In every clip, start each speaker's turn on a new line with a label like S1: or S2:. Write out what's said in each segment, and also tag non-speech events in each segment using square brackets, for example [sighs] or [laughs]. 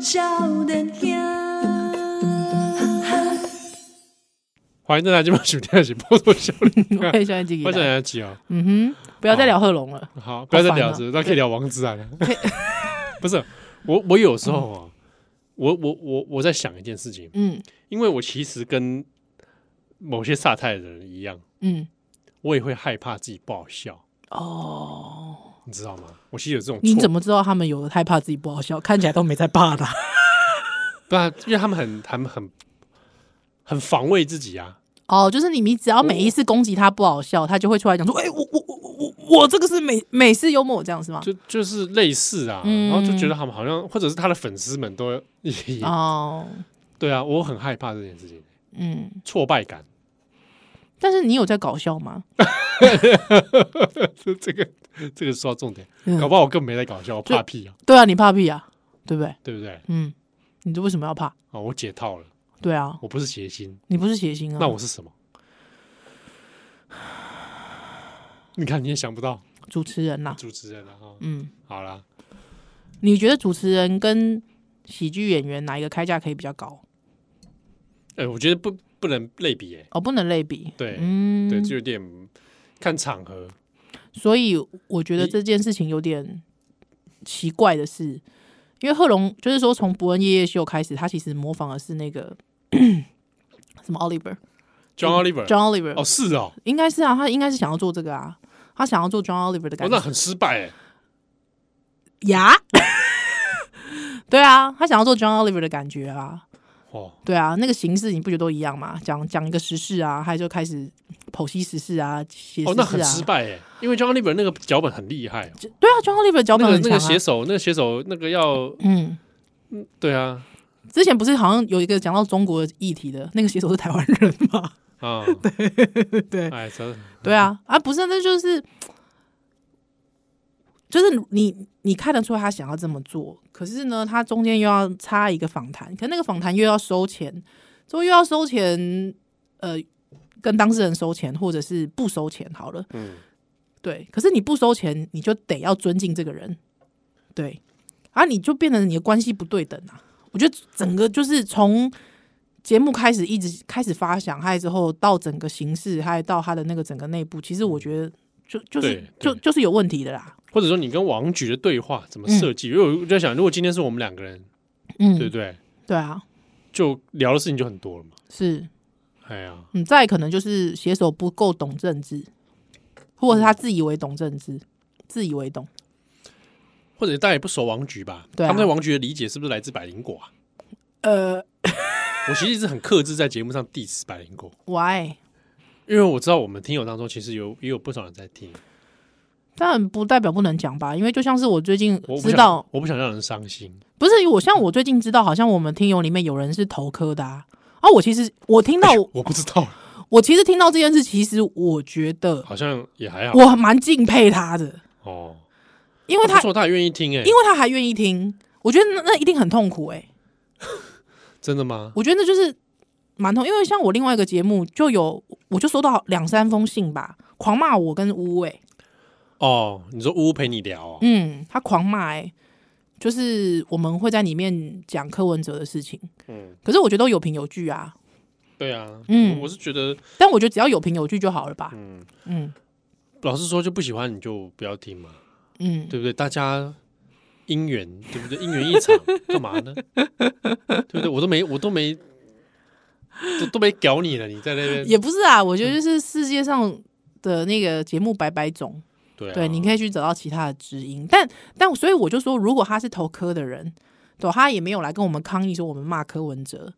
S1: 少年兄。
S2: 欢迎大家今晚收听的是《波多少年
S3: 我》，也喜 [laughs] 欢吉吉
S2: 我想
S3: 蛋。
S2: 要起哦，
S3: 嗯哼，不要再聊贺龙了。
S2: 好，不要再
S3: 好烦
S2: 聊
S3: 啊
S2: 这，那可以聊王自然了。 [laughs] 不是我，我有时候啊，我我我我在想一件事情，
S3: 嗯
S2: 因为我其实跟某些萨泰的人一样，
S3: 嗯，
S2: 我也会害怕自己不好笑，
S3: 哦，
S2: 你知道吗？我其实有这种错，
S3: 你怎么知道他们有害怕自己不好笑？看起来都没在怕的啊。
S2: 对啊？因为他们很他们很很防卫自己啊，
S3: 哦，就是你，你只要每一次攻击他不好笑，他就会出来讲说：“哎、我我我我我这个是美美式幽默，这样是吗
S2: 就就是类似啊，
S3: 嗯
S2: 然后就觉得他们好像，或者是他的粉丝们都也？”
S3: 哦，
S2: 对啊，我很害怕这件事情，
S3: 嗯，
S2: 挫败感。
S3: 但是你有在搞笑吗？
S2: 这这个这个说到重点，
S3: 嗯
S2: 搞不好我更没在搞笑，我怕屁啊，
S3: 对啊，你怕屁啊，对不对？
S2: 对不对？
S3: 嗯，你这为什么要怕？
S2: 哦，我解套了，
S3: 对啊，
S2: 我不是谐星，
S3: 你不是谐星啊？
S2: 那我是什么？ [sighs] 你看你也想不到
S3: 主持人呐、
S2: 主持人了、啊、哈、
S3: 嗯，
S2: 好啦，
S3: 你觉得主持人跟喜剧演员哪一个开价可以比较高？
S2: 哎、我觉得不不能类比、哎，
S3: 哦，不能类比。
S2: 对
S3: 嗯，
S2: 对，就有点看场合，
S3: 所以我觉得
S2: 你
S3: 这件事情有点奇怪的是，因为贺龙就是说从伯恩夜夜秀开始，他其实模仿的是那个 [clears throat] 什么 Oliver
S2: John Oliver，
S3: John Oliver，、
S2: 哦是哦，
S3: 应该是啊，他应该是想要做这个啊，他想要做 John Oliver
S2: 哦
S3: 的感觉
S2: 那很失败哎、
S3: 呀。 [laughs] 对啊，他想要做 John Oliver 的感觉啊，
S2: 哦，
S3: 对啊，那个形式你不觉得都一样吗？讲讲一个时事啊，他就开始剖析时事啊，写时事啊，
S2: 哦那很失败哎、因为 John Oliver 那个脚本很厉害、哦，
S3: 就对啊，John Oliver 的脚本
S2: 那个
S3: 很
S2: 那
S3: 强、啊
S2: 个写手那个写手那个要
S3: 嗯，
S2: 对啊
S3: 之前不是好像有一个讲到中国议题的那个写手是台湾人吗？
S2: 啊，
S3: [laughs] 对
S2: 哎真的
S3: 对啊，啊不是，那就是就是你你看得出他想要这么做，可是呢，他中间又要插一个访谈，可那个访谈又要收钱，之后又要收钱，呃，跟当事人收钱，或者是不收钱好了。
S2: 嗯
S3: 对，可是你不收钱，你就得要尊敬这个人，对，啊，你就变成你的关系不对等啊。我觉得整个就是从节目开始一直开始发想，还有之后到整个形式，还有到他的那个整个内部，其实我觉得就就
S2: 嗯
S3: 是
S2: 对
S3: 就
S2: 对
S3: 就是有问题的啦。
S2: 或者说你跟王局的对话怎么设计？因为我就在想，如果今天是我们两个人，
S3: 嗯，
S2: 对不对？
S3: 对啊，
S2: 就聊的事情就很多了嘛。
S3: 是
S2: 哎呀，
S3: 嗯，再可能就是写手不够懂政治，或
S2: 嗯
S3: 者是他自以为懂政治，自以为懂，
S2: 或者大家也不熟王局吧？
S3: 对啊
S2: 他们对王局的理解是不是来自百灵果啊？
S3: 呃
S2: 我其实一直很克制在节目上 diss 百灵果，
S3: ，why？
S2: 因为我知道我们听友当中其实有也有不少人在听，
S3: 但不代表不能讲吧，因为就像是我最近
S2: 我不
S3: 知
S2: 想
S3: 道，
S2: 我不想让人伤心。
S3: 不是我，像我最近知道，好像我们听友里面有人是头科的啊。啊，我其实我听到，
S2: [laughs] 我不知道，
S3: 我其实听到这件事，其实我觉得
S2: 好像也还好
S3: 我蛮敬佩他的，
S2: 哦。
S3: 因为
S2: 不
S3: 他
S2: 错，他也愿意听哎，
S3: 因为他还愿意听，我觉得那那一定很痛苦哎、
S2: 真的吗？
S3: 我觉得那就是蛮痛，因为像我另外一个节目就有，我就收到两三封信吧，狂骂我跟乌哎、
S2: 哦，你说呜呜陪你聊哦，
S3: 嗯，他狂骂哎、就是我们会在里面讲柯文哲的事情，
S2: 嗯，
S3: 可是我觉得都有凭有据啊，
S2: 对啊，
S3: 嗯
S2: 我我是觉得，
S3: 但我觉得只要有凭有据就好了吧，
S2: 嗯，
S3: 嗯。
S2: 老实说就不喜欢你就不要听嘛，
S3: 嗯，
S2: 对不对？大家姻缘，对不对？姻缘一场，干嘛呢？对不对？我都没，我都没，都都没屌你了，你在那边
S3: 也不是啊，我
S2: 嗯
S3: 觉得就是世界上的那个节目百百种，
S2: 对啊
S3: 对，你可以去找到其他的知音。但但所以我就说，如果他是投科的人，对，他也没有来跟我们抗议说我们骂柯文哲，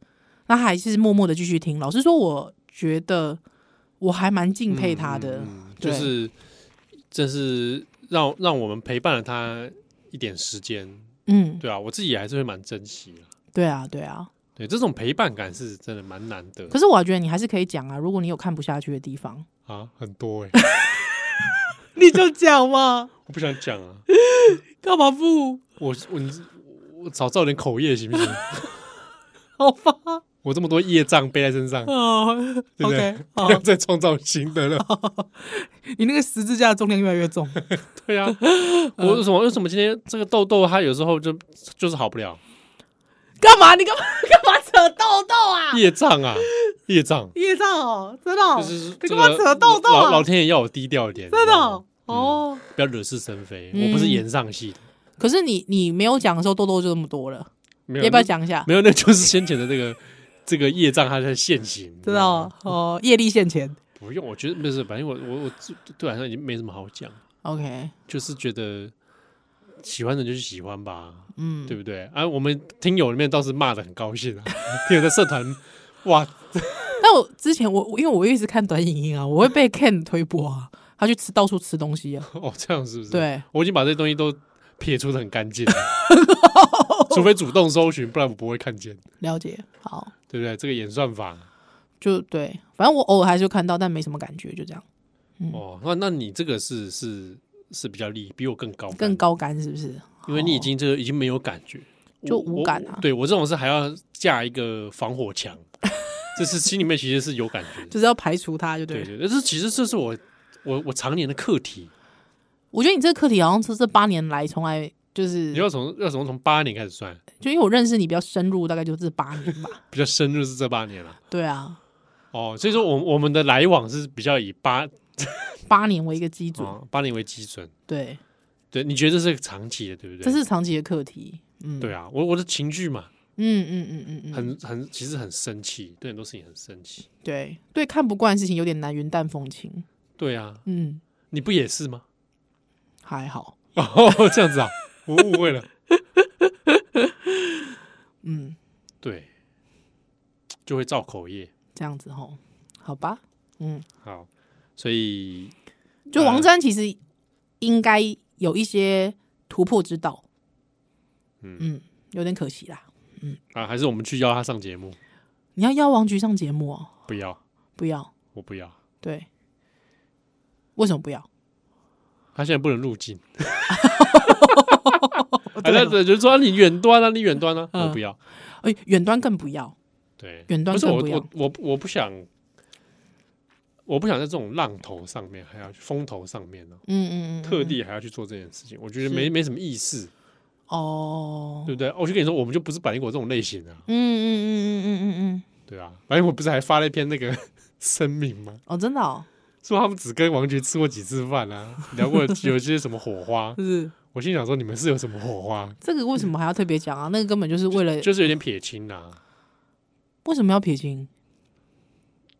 S3: 那他还是默默的继续听。老实说，我觉得我还蛮敬佩他的，
S2: 嗯嗯嗯就
S3: 对
S2: 是这是让让我们陪伴了他一点时间，
S3: 嗯，
S2: 对啊，我自己还是会蛮珍惜的。
S3: 对啊，对啊。
S2: 对，这种陪伴感是真的蛮难得
S3: 可是我觉得你还是可以讲啊，如果你有看不下去的地方，
S2: 啊，很多哎、
S3: 你就讲嘛，
S2: 我不想讲啊，
S3: 干嘛不？
S2: 我我你我少造点口业行不行？
S3: [laughs] 好吧，
S2: 我这么多业障背在身
S3: [laughs]
S2: 上，
S3: 哦
S2: 对不对？不要 [laughs] 再创造新的
S3: [laughs]
S2: 了。
S3: 你那个十字架的重量越来越重。
S2: 嗯对啊，我为什么为什么今天这个痘痘它有时候就就是好不了？
S3: 干嘛？你干嘛干嘛扯痘痘
S2: [laughs]
S3: 啊？
S2: 业障啊，业障，
S3: [laughs] 业障哦，真的、哦，
S2: 就是
S3: 你
S2: 这
S3: 干嘛
S2: 个
S3: 扯痘痘
S2: 老
S3: 啊
S2: 老？天爷要我低调一点，
S3: 真的哦。
S2: 嗯
S3: 哦
S2: 不要惹是生非。
S3: 嗯
S2: 我不是演上戏的，
S3: 可是你你没有讲的时候，痘痘就这么多了，
S2: 没有
S3: 要不要
S2: 那
S3: 讲一下？
S2: 没有，那就是先前的这个这个业障，它在现行，
S3: 知道哦，业力现前。
S2: 不用，我觉得没事，反正我我我对对我来说已经没什么好讲，
S3: OK，
S2: 就是觉得喜欢的就喜欢吧，
S3: 嗯，
S2: 对不对？啊，我们听友里面倒是骂的很高兴啊， [laughs] 听友在社团哇，
S3: 那我之前我我因为我一直看短影音啊，我会被 Ken 推播啊，他去吃到处吃东西啊，
S2: 哦这样是不是？，
S3: 对，
S2: 我已经把这些东西都撇除的很干
S3: [laughs]
S2: 净了， [laughs] 除非主动搜寻，不然我不会看见，
S3: 了解，好，
S2: 对不对？这个演算法。
S3: 就对，反正我偶尔还是会看到，但没什么感觉，就这样，嗯
S2: 哦，那那你这个是是是比较厉，比我更高干，
S3: 更高干是不是？
S2: 因为你已经这个已经没有感觉，
S3: 就
S2: 我
S3: 无
S2: 我
S3: 感啊
S2: 我对我这种是还要架一个防火墙， [laughs] 这是心里面其实是有感觉的。
S3: 哦就是要排除它，就对
S2: 对
S3: 了。
S2: 对，对这其实这是我我我常年的课题。
S3: 我觉得你这个课题好像是这八年来从来就是
S2: 你，要从要从从八年开始算，
S3: 就因为我认识你比较深入，大概就这八年
S2: [laughs]
S3: 吧。
S2: 比较深入是这八年了。
S3: 对啊，
S2: 哦，所以说我我们的来往是比较以八
S3: 八年为一个基准，
S2: 哦八年为基准。
S3: 对，
S2: 对，你觉得这是个长期的，对不对？
S3: 这是长期的课题。嗯，
S2: 对啊，我我的情绪嘛，
S3: 嗯嗯嗯嗯嗯，
S2: 很很其实很生气，对很多事情很生气。
S3: 对对，看不惯的事情有点难云淡风轻。
S2: 对啊，
S3: 嗯，
S2: 你不也是
S3: [laughs]
S2: 吗？
S3: 还好。
S2: 哦，这样子啊，我误会了。
S3: [laughs] 嗯，
S2: 对，就会造口业。
S3: 这样子吼，好吧。嗯，
S2: 好，所以
S3: 就
S2: 呃
S3: 王詹其实应该有一些突破之道。
S2: 嗯
S3: 嗯，有点可惜啦。
S2: 啊，还是我们去邀他上节目。
S3: 你要邀王局上节目哦？
S2: 不要，
S3: 不要。
S2: 我不要。
S3: 对，为什么不要？
S2: 他现在不能入
S3: 哦
S2: [laughs] 境。哎，
S3: 对
S2: 那
S3: 哦
S2: 对，就是说啊你远端啊，你远端啊，我
S3: 嗯
S2: 不要。
S3: 哎、远端更不要。
S2: 对，
S3: 远端
S2: 不是
S3: 更
S2: 我，
S3: 不要
S2: 我我我不想，我不想在这种浪头上面，还要去风头上面呢、
S3: 嗯嗯嗯，
S2: 特
S3: 嗯
S2: 地还要去做这件事情，我觉得
S3: 是
S2: 没没什么意思，
S3: 哦。
S2: 对不对？我就跟你说，我们就不是百灵果这种类型啊
S3: 嗯，嗯嗯嗯嗯嗯嗯，
S2: 对啊。百灵果不是还发了一篇那个 [laughs] 声明吗？
S3: 哦，真的哦，
S2: 说他们只跟王菊吃过几次饭啊，聊过有些什么火花
S3: 就。是
S2: 我心想说，你们是有什么火花？
S3: 这个为什么还要特别讲啊？那个根本就是为了
S2: 嗯就是有点撇清啊啦、
S3: 为什么要撇清？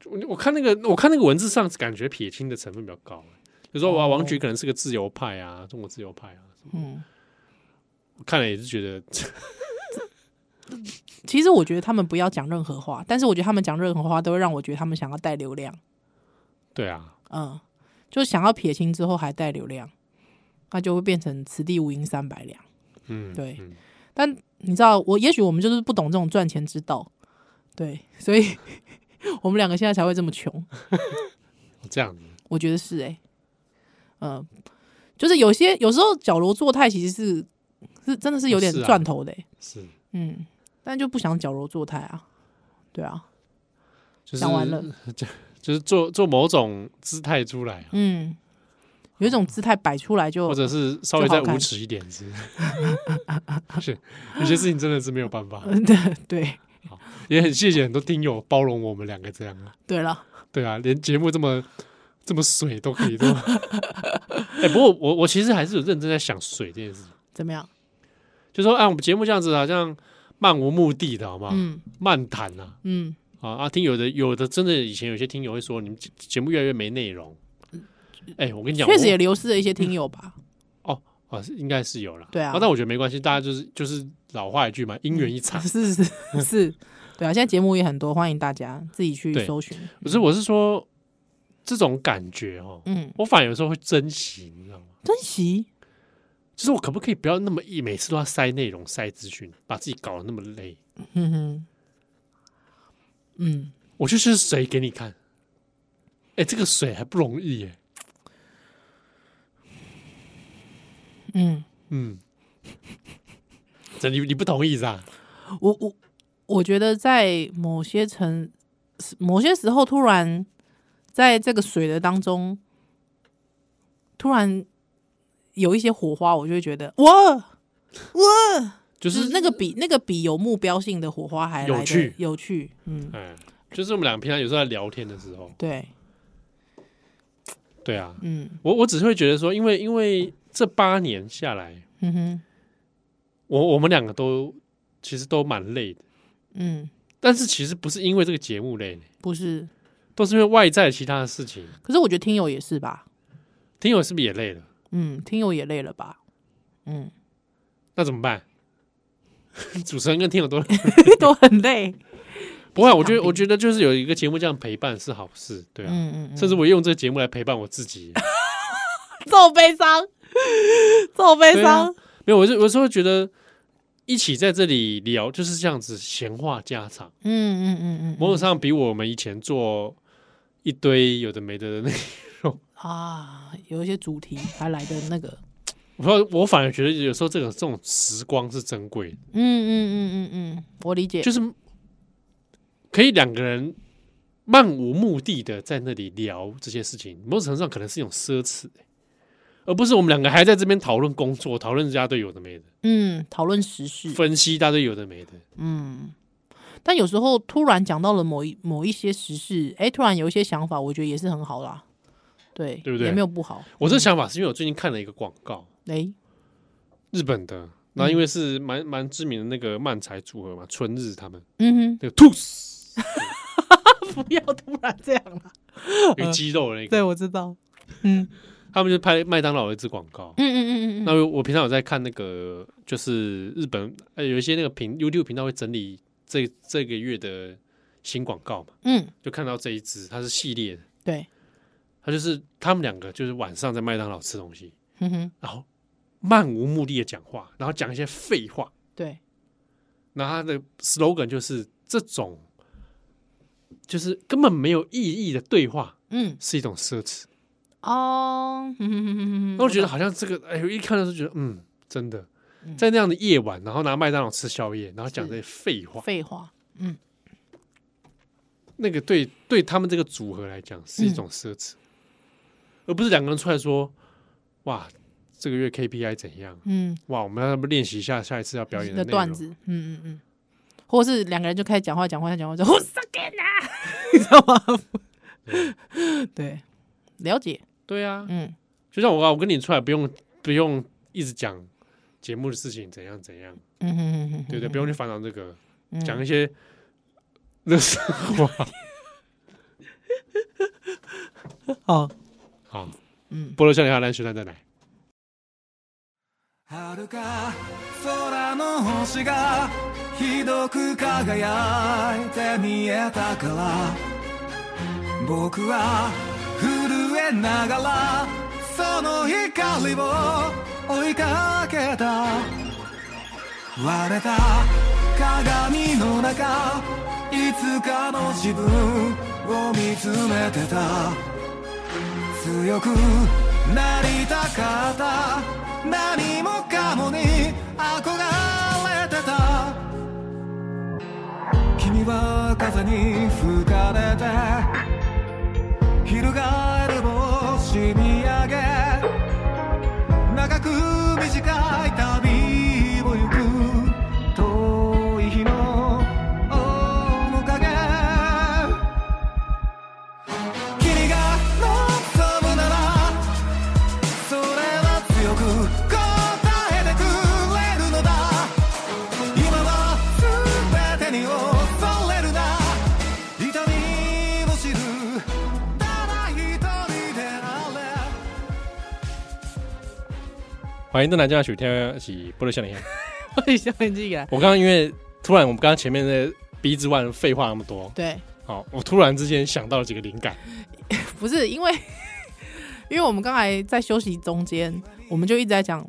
S2: 我我看那个，我看那个文字上感觉撇清的成分比较高、就说哇，
S3: 哦
S2: 王菊可能是个自由派啊，中国自由派啊。
S3: 嗯，
S2: 我看了也是觉得， [laughs]
S3: 其实我觉得他们不要讲任何话，但是我觉得他们讲任何话都会让我觉得他们想要带流量，
S2: 对啊，
S3: 嗯，就是想要撇清之后还带流量，那就会变成此地无银三百两。
S2: 嗯，
S3: 对
S2: 嗯
S3: 但你知道，我也许我们就是不懂这种赚钱之道，对， [laughs] 所以我们两个现在才会这么穷。
S2: 这样子，
S3: 我觉得是哎、嗯、就是有些有时候矫揉做态其实是是真的是有点
S2: 是啊
S3: 赚头的、欸，
S2: 是
S3: 嗯，但就不想矫揉做态啊，对啊，
S2: 就是
S3: 讲完了，
S2: [laughs] 就是做做某种姿态出来啊、
S3: 嗯，有一种姿态摆出来就
S2: 或者是稍微再
S3: 就好看
S2: 无耻一点是，
S3: [laughs]
S2: 是有些事情真的是没有办法，
S3: 嗯 [laughs] 对对
S2: 也很谢谢很多听友包容我们两个这样啊，
S3: 对了，
S2: 对啊，连节目这么这么水都可以 [laughs] 都，哎、不过我我其实还是有认真在想水这件事情，
S3: 怎么样？
S2: 就说啊，我们节目这样子好像漫无目的的好吗？
S3: 嗯
S2: 漫谈啊
S3: 嗯，
S2: 啊啊！听友的有的真的以前有些听友会说你们节节目越来越没内容，哎、我跟你讲，
S3: 嗯确实
S2: 我
S3: 也流失了一些听友 [laughs] 吧，
S2: 啊，是应该是有啦。
S3: 对啊嗯
S2: 但我觉得没关系，大家就是就是老话一句嘛，姻缘一场。
S3: 是是是是，对啊，现在节目也很多，欢迎大家自己去
S2: 对
S3: 搜寻，
S2: 不是，我是说这种感觉哦，
S3: 嗯，
S2: 我反而有时候会珍惜，你知道吗？
S3: 珍惜，
S2: 就是我可不可以不要那么一每次都要塞内容、塞资讯，把自己搞得那么累？
S3: 嗯哼，嗯，
S2: 我就是水给你看，哎、这个水还不容易耶。
S3: 嗯，
S2: 嗯，这你你不同意是吧？
S3: 我我我觉得在某些层某些时候，突然在这个水的当中，突然有一些火花，我就会觉得哇哇，
S2: 就是
S3: 嗯那个比那个比有目标性的火花还来得
S2: 嗯有趣
S3: 有趣，嗯，
S2: 哎，就是我们俩平常有时候在聊天的时候，
S3: 对，
S2: 对啊，
S3: 嗯
S2: 我我只是会觉得说，因为因为这八年下来，
S3: 嗯哼，
S2: 我我们两个都其实都蛮累的，
S3: 嗯，
S2: 但是其实不是因为这个节目累，
S3: 不是，
S2: 都是因为外在其他的事情。
S3: 可是我觉得听友也是吧，
S2: 听友是不是也累了？
S3: 嗯，听友也累了吧，
S2: [laughs]
S3: 嗯，
S2: 那怎么办？ [laughs] 主持人跟听友都
S3: 都很累，
S2: [laughs] 不会啊，我
S3: [laughs]
S2: 觉得我觉得就是有一个节目这样陪伴是好事，对啊。
S3: 嗯嗯 [laughs] 嗯，
S2: 甚至我用这个节目来陪伴我自己，
S3: 这么悲伤，这么悲
S2: 对啊
S3: 伤，
S2: 没有，我是我是会觉得一起在这里聊就是这样子闲话家常，
S3: 嗯嗯嗯嗯
S2: 某种上比我们以前做一堆有的没的那个，
S3: 嗯啊，有一些主题还来的那个，
S2: 我说我反而觉得有时候这种这种时光是珍贵的，
S3: 嗯嗯嗯嗯嗯，我理解，
S2: 就是可以两个人漫无目的的在那里聊这些事情，某种程度上可能是一种奢侈、而不是我们两个还在这边讨论工作，讨论一大堆有的没的，
S3: 嗯，讨论时事，
S2: 分析一大堆有的没的。
S3: 嗯，但有时候突然讲到了某一某一些时事，哎、突然有一些想法，我觉得也是很好啦，对，
S2: 对不对
S3: 也没有不好。
S2: 我这想法是因为我最近看了一个广告，
S3: 哎、
S2: 日本的，那因为是蛮蛮知名的那个漫才组合嘛，春日他们
S3: 嗯
S2: 那个 Tooth [laughs]
S3: 哼，不要突然这样啦。
S2: 有肌肉的那
S3: 对，
S2: 个，
S3: 我知道。嗯
S2: 他们就拍麦当劳的一支广告
S3: 嗯。嗯嗯嗯
S2: 那
S3: 嗯，
S2: 我我平常有在看那个，就是日本呃有一些那个频 YouTube 频道会整理这这个月的新广告嘛，
S3: 嗯，
S2: 就看到这一支，它是系列的，
S3: 对，
S2: 它就是他们两个就是晚上在麦当劳吃东西，
S3: 哼嗯哼，
S2: 然后漫无目的的讲话，然后讲一些废话，
S3: 对，
S2: 那他的 slogan 就是这种，就是根本没有意义的对话
S3: 嗯
S2: 是一种奢侈。
S3: 哦，嗯哼哼哼哼
S2: 那我觉得好像这个，哎呦，一看到就觉得，嗯，真的
S3: 嗯，
S2: 在那样的夜晚，然后拿麦当劳吃宵夜，然后讲这些废
S3: 懂
S2: 话，
S3: 废话，嗯，
S2: 那个对对他们这个组合来讲是一种奢
S3: 嗯
S2: 侈，而不是两个人出来说，哇，这个月 KPI 怎样？
S3: 嗯
S2: 哇，我们要不练习一下下一次要表演
S3: 的
S2: 内容
S3: 段，子，嗯嗯嗯，或是两个人就开始讲话讲话讲话，就我撒给呐， [laughs] 你知道吗？对，了解，
S2: 对啊，
S3: 嗯。
S2: 就像我啊我跟你出来不用不用一直讲节目的事情怎样怎样。
S3: 嗯哼哼哼，
S2: 对对，不用去烦恼这个，
S3: 嗯
S2: 讲一些那什么
S3: [laughs] 哦，
S2: 好。
S3: 嗯，
S2: 菠萝笑脸阿兰学蛋再来。
S1: 遥か空の星がひどく輝いて見えたから僕は震えながらその光を追いかけた割れた鏡の中いつかの自分を見つめてた強くなりたかった何もかもに憧れてた君は風に吹かれて翻る星見上げ長く短い旅を行く遠い日の面影君が望むならそれは強く答えてくれるのだ今は全てに恐れるな痛みを知るただ一人であれ
S4: 欢迎邓来家属天喜波罗笑脸。
S2: [laughs]
S3: 我也想你自己来，
S4: 我刚刚因为突然，我们刚刚前面的鼻之万废话那么多，
S3: 对，
S4: 好，我突然之间想到了几个灵感。
S3: 不是因为，因为我们刚才在休息中间，我们就一直在讲。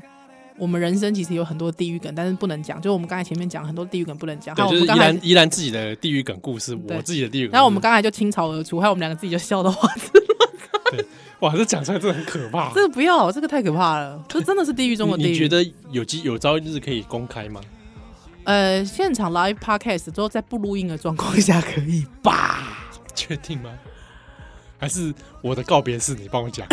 S3: 我们人生其实有很多地狱梗，但是不能讲。就我们刚才前面讲很多地狱梗不能讲，还
S4: 对，
S3: 有我
S4: 就是
S3: 们刚
S4: 依
S3: 才
S4: 然，依然自己的地狱梗故事，
S3: 对
S4: 我自己的地狱梗故事。
S3: 然后我们刚才就倾巢而出，还有我们两个自己就笑到花枝。
S4: 哇，这讲出来真的很可怕
S3: [laughs] 这。个不要，这个太可怕了，这真的是地狱中的
S4: 你
S3: 地
S4: 你觉
S3: 狱。
S4: 得有机有朝一日可以公开吗？ [laughs]
S3: 呃，现场 live podcast 之后，在不录音的状况下可以吧？
S4: 确定吗？还是我的告别式？
S3: [laughs]
S4: 你帮我讲，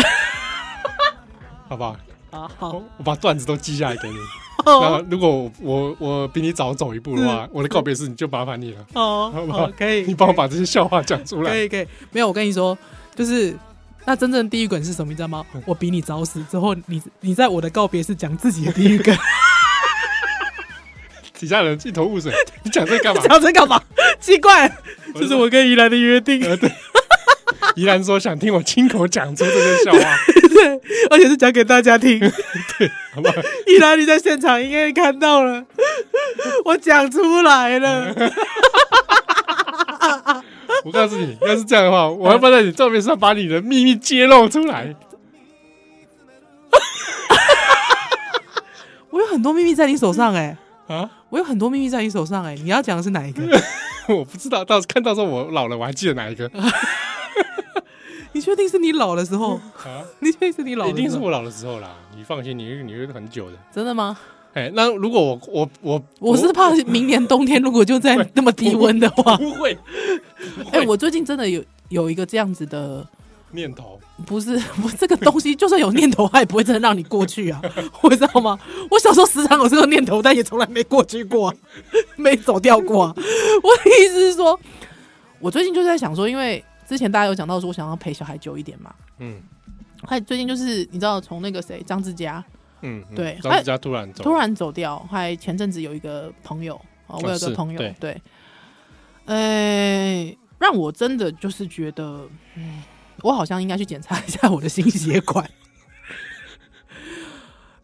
S4: 好不好？
S3: 啊，好， [laughs]
S4: 我我把段子都记下来给你。
S2: 那如果我我我比你早走一步的话，我的告别式你就麻烦你了，
S3: 哦
S2: 好不好
S3: 哦，嗯可以，
S2: 你帮我把这些笑话讲出
S3: 可
S2: 来。
S3: 以可以，没有，我跟你说，就是那真正地狱梗是什么，你知道吗？
S2: 嗯
S3: 我比你早死之后，你你在我的告别是讲自己的地
S2: [laughs]
S3: 狱梗，
S2: 底下人一头雾水， [laughs] 你讲这
S3: [laughs]
S2: 干嘛？
S3: 讲这干嘛？奇怪，
S5: 这是我跟宜兰的约
S2: [laughs]
S5: 定。
S2: 呃，对，怡然说想听我亲口讲出这些笑话，
S3: 而且是讲给大家听。 [laughs]
S2: 好不好？
S3: 依然你在现场应该看到了，我讲出来
S2: [laughs]
S3: 了。
S2: 我告诉你，要是这样的话，我要不要在你照片上把你的秘密揭露出
S3: [laughs]
S2: 来？
S3: 我有很多秘密在你手上哎、
S2: 啊， [laughs]
S3: 我有很多秘密在你手上哎、你要讲的是哪一个？
S2: 嗯我不知道，到看到时候我老了，我还记得哪
S3: [laughs]
S2: 一个？
S3: 你确定是你老的
S2: [laughs]
S3: 时候？
S2: 啊，
S3: 你确定是你老的
S2: 一
S3: 时候？
S2: 定是我老的时候啦。你放心，你你会很久的。
S3: 真的吗？
S2: 哎，那如果我我我
S3: 我是怕明年冬天如果就
S2: [laughs]
S3: 在那么低温的话，
S2: 不会
S3: 哎、我最近真的有有一个这样子的，
S2: 念头，
S3: 不是我这个东西，就算有念头，它也不会真的让你过去啊， [laughs] 我知道吗？我小时候时常有这个念头，但也从来没过去过啊、 [laughs] 没走掉过、啊。 [laughs] 我的意思是说，我最近就在想说，因为之前大家有讲到说，我想要陪小孩久一点嘛，
S2: 嗯
S3: 还有最近就是你知道从那个谁张志佳
S2: 嗯，嗯
S3: 对哎
S2: 张子佳突然走，
S3: 突然走掉，还前阵子有一个朋友啊、哦我有个
S2: 是
S3: 朋友、
S2: 对
S3: 对，呃、让我真的就是觉得，嗯，我好像应该去检查一下我的心血
S2: [laughs]
S3: 管。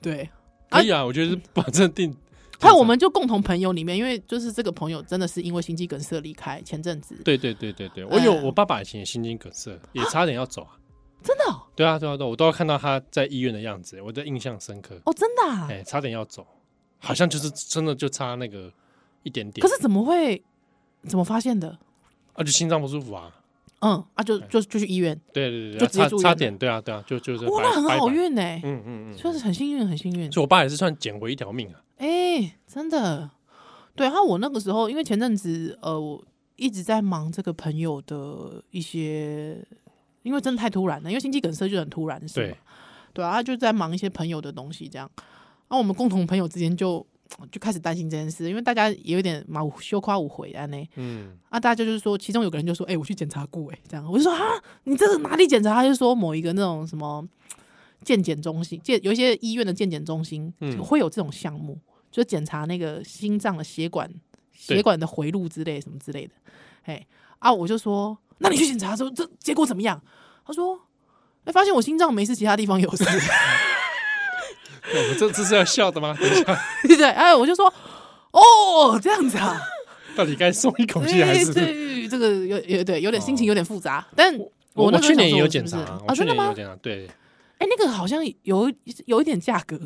S3: 对，
S2: 可以啊，我觉得是把这定，
S3: 还有哎我们就共同朋友里面，因为就是这个朋友真的是因为心肌梗塞离开，前阵子
S2: 对对对对对，我有
S3: 哎
S2: 我爸爸以前也心肌梗塞，也差点要走啊。
S3: 真的哦，
S2: 对啊对啊对啊，我都要看到他在医院的样子，我的印象深刻。
S3: 哦真的、啊
S2: 哎、差点要走，好像就是真的就差那个一点点。
S3: 可是怎么会怎么发现的？
S2: 啊，就心脏不舒服啊。
S3: 嗯啊，就就就去医院，
S2: 对对对，
S3: 就
S2: 对
S3: 直接
S2: 差
S3: 住院
S2: 差
S3: 了
S2: 点，对啊对啊，就就是
S3: 哇，
S2: 拜
S3: 那很好。
S2: 拜拜
S3: 运呢、
S2: 嗯嗯嗯，
S3: 就
S2: 所
S3: 是很幸运，很幸运。
S2: 以我爸也是算捡回一条命啊。
S3: 哎、真的，对。然后我那个时候，因为前阵子呃，我一直在忙这个朋友的一些，因为真的太突然了，因为心肌梗塞就很突然，是
S2: 对
S3: 吗？对啊，他就在忙一些朋友的东西，这样。然后我们共同朋友之间就就开始担心这件事，因为大家也有点马虎羞夸无悔啊呢。
S2: 嗯，
S3: 啊，大家就是说，其中有个人就说：“哎、我去检查过，哎，这样。”我就说：“啊，你这个哪里检查？”他就说某一个那种什么健检中心，健有一些医院的健检中心、
S2: 嗯
S3: 会有这种项目，就检查那个心脏的血管、
S2: 对
S3: 血管的回路之类什么之类的。哎，啊，我就说：“那你去检查的时候，这结果怎么样？”他说：“哎，发现我心脏没事，其他地方有事。”
S2: 对我们这这是要笑的吗？等一下，
S3: 对对，哎，我就说。哦，这样子啊，
S2: 到底该松一
S3: [laughs]
S2: 口气还
S3: 哎
S2: 是？
S3: 对这个有有对有点心情
S2: 哦
S3: 有点复杂，但
S2: 我
S3: 那
S2: 我
S3: 时候
S2: 去年
S3: 想
S2: 也有
S3: 说
S2: 检
S3: 是
S2: 查
S3: 不
S2: 啊，
S3: 是啊，
S2: 我去
S3: 真的
S2: 年也有
S3: 吗？
S2: 检查，对，
S3: 哎，那个好像有有一点价格，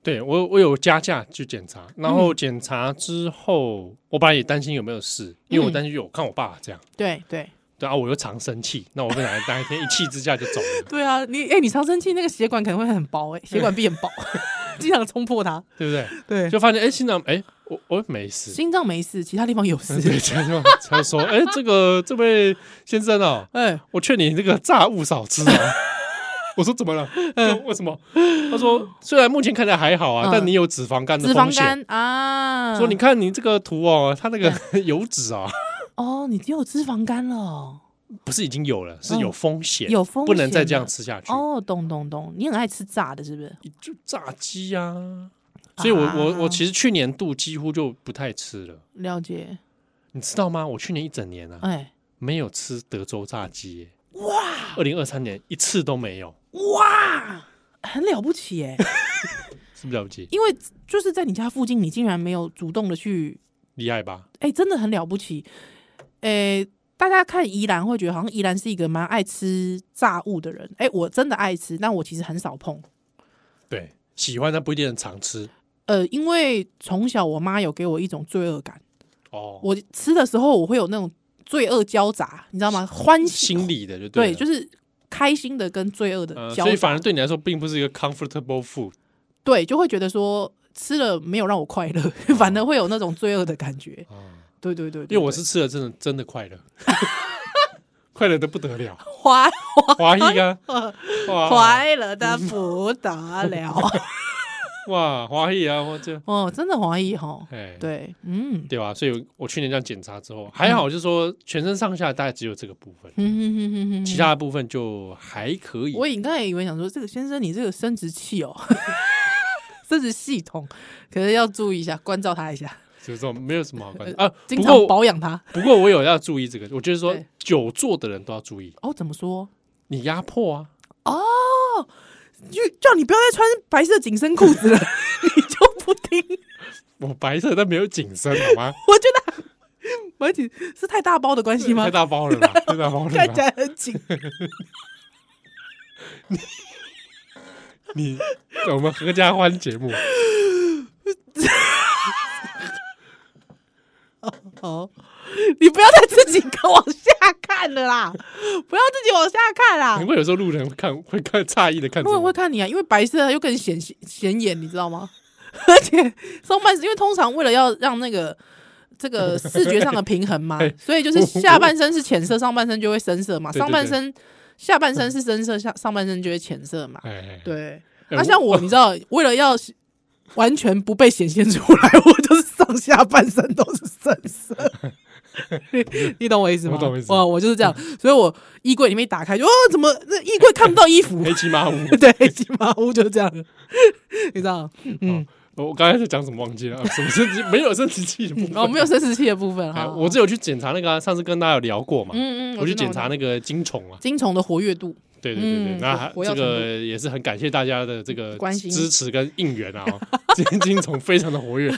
S2: 对我我有加价去检查，然
S3: 嗯
S2: 后检查之后，我本来也担心有没有事，因为我
S3: 嗯
S2: 担心有我看我爸这样，
S3: 对对
S2: 对啊，我又常生气，那我本来哪一天一气之下就走了，
S3: 对啊，你哎，你常生气，那个血管可能会很薄，哎，血管壁很薄， [laughs] 经常冲破它，
S2: 对不对？
S3: [laughs] 对，
S2: 就发现哎，心脏哎，我我没事。
S3: 心脏没事，其他地方有事，
S2: 对，这样就他说：“哎、这个这位先生哦， [laughs]
S3: 哎，
S2: 我劝你这个炸物少吃啊。” [laughs] 我说：“怎么了？嗯，为什么？”他说：“虽然目前看起来还好啊，
S3: 嗯
S2: 但你有脂肪肝的
S3: 脂肪
S2: 风险。
S3: 肝啊，
S2: 说你看你这个图哦，它那个油脂啊，
S3: 哦，你只有脂肪肝了哦，
S2: 不是已经有了，是有风险，
S3: 嗯有风
S2: 不能再
S3: 险
S2: 这样
S3: 了
S2: 吃下去。
S3: 哦，懂懂懂，你很爱吃炸的，是不是？
S2: 就炸鸡啊，所以我我我其实去年度几乎就不太吃了，
S3: 了解，
S2: 你知道吗？我去年一整年啊，
S3: 哎，
S2: 没有吃德州炸鸡耶、哇，二零二三年一次都没有，
S3: 哇，很了不起哎，
S2: 是不是了不起？
S3: [laughs] 因为就是在你家附近，你竟然没有主动的去，
S2: 厉害吧？
S3: 哎、真的很了不起。哎、大家看宜兰会觉得好像宜兰是一个蛮爱吃炸物的人，哎、我真的爱吃，但我其实很少碰。
S2: 对，喜欢但不一定很常吃
S3: 呃，因为从小我妈有给我一种罪恶感，
S2: 哦。
S3: 我吃的时候我会有那种罪恶交杂，你知道吗？欢喜
S2: 心理的就
S3: 对，
S2: 了
S3: 就是开心的跟罪恶的
S2: 呃，
S3: 交杂，
S2: 所以反而对你来说并不是一个 comfortable food。
S3: 对，就会觉得说吃了没有让我快乐，反而会有那种罪恶的感觉。对对对对
S2: 哦啊因为我
S3: 对
S2: 是吃了真的真的快
S3: [laughs]
S2: 乐， [laughs] 快乐的不得了，
S3: 花 [laughs] 哎
S2: 华裔啊，哇，
S3: 快乐的不得了。
S2: 哇，华裔啊，我这
S3: [laughs] 哦，真的怀疑哈。
S2: 哎，
S3: 对，嗯，
S2: 对吧？啊所以我去年这样检查之后，还好，就是说全身上下大概只有这个部分，
S3: 哼哼哼哼哼
S2: 其他的部分就还可以。
S3: 嗯我也刚才以为想说，这个先生你这个生殖器哦， [laughs] 生殖系统，可是要注意一下，关照他一下，
S2: 就是说没有什么好关系啊。
S3: 呃经
S2: 不
S3: 常
S2: 过
S3: 保养他。
S2: 不过我有要注意这个，我就是说
S3: 对
S2: 久坐的人都要注意，
S3: 哦，怎么说？
S2: 你压迫啊，
S3: 就叫你不要再穿白色紧身裤子了， [laughs] 你就不听。
S2: 我白色但没有紧身，好吗？
S3: 我觉得蛮紧，是太大包的关系吗
S2: 太？大包了吧，太大包了
S3: [laughs] 看起
S2: 吧。
S3: 来很紧。
S2: 你我们合家欢节目，
S3: 哦，你不要再自己看往下看了啦，不要自己往下看啦
S2: 难。怪有时候路人会看会看诧异的看着
S3: 我也
S2: 我
S3: 会。看啊你啊，因为白色又更显显眼，你知
S2: [laughs]
S3: 道吗？而且上半身，因为通常为了要让那个这个
S2: [laughs]
S3: 视觉上的平衡嘛，所以就是下半身是浅色，上半身就会深色嘛。
S2: 对对
S3: 上半身下半身是深色，下上半身就会浅色嘛。
S2: 哎哎，
S3: 对，
S2: 哎
S3: 那、
S2: [laughs]
S3: 像我，你知道，为了要完全不被显现出来，我就是上下半身都是深色。
S2: [laughs]
S3: 你你懂我意思吗？
S2: 我懂意思
S3: 哇，我就是这样，所以我衣柜里面一打开就哦，怎么那衣柜看不到衣
S2: [laughs]
S3: 服？
S2: 黑漆麻乌。
S3: 对，黑漆麻屋就
S2: [laughs]
S3: 是这样，你知道？嗯，
S2: 我刚才在讲什么忘记了？啊什么生
S3: [laughs]
S2: 殖没有生殖器的部分？
S3: 哦，没有生殖器的部分
S2: 哎
S3: 哈。
S2: 我只有去检查那个啊、上次跟大家有聊过嘛，
S3: 嗯嗯，
S2: 我去
S3: 知道
S2: 检查
S3: 知道
S2: 那个精虫啊，
S3: 精虫的活跃度，
S2: 对对对对，
S3: 嗯
S2: 那还
S3: 活跃
S2: 这
S3: 程度
S2: 个也是很感谢大家的这个
S3: 关心
S2: 支持跟应援啊、哦， [laughs] 精精虫非常的活
S3: [laughs]
S2: 跃，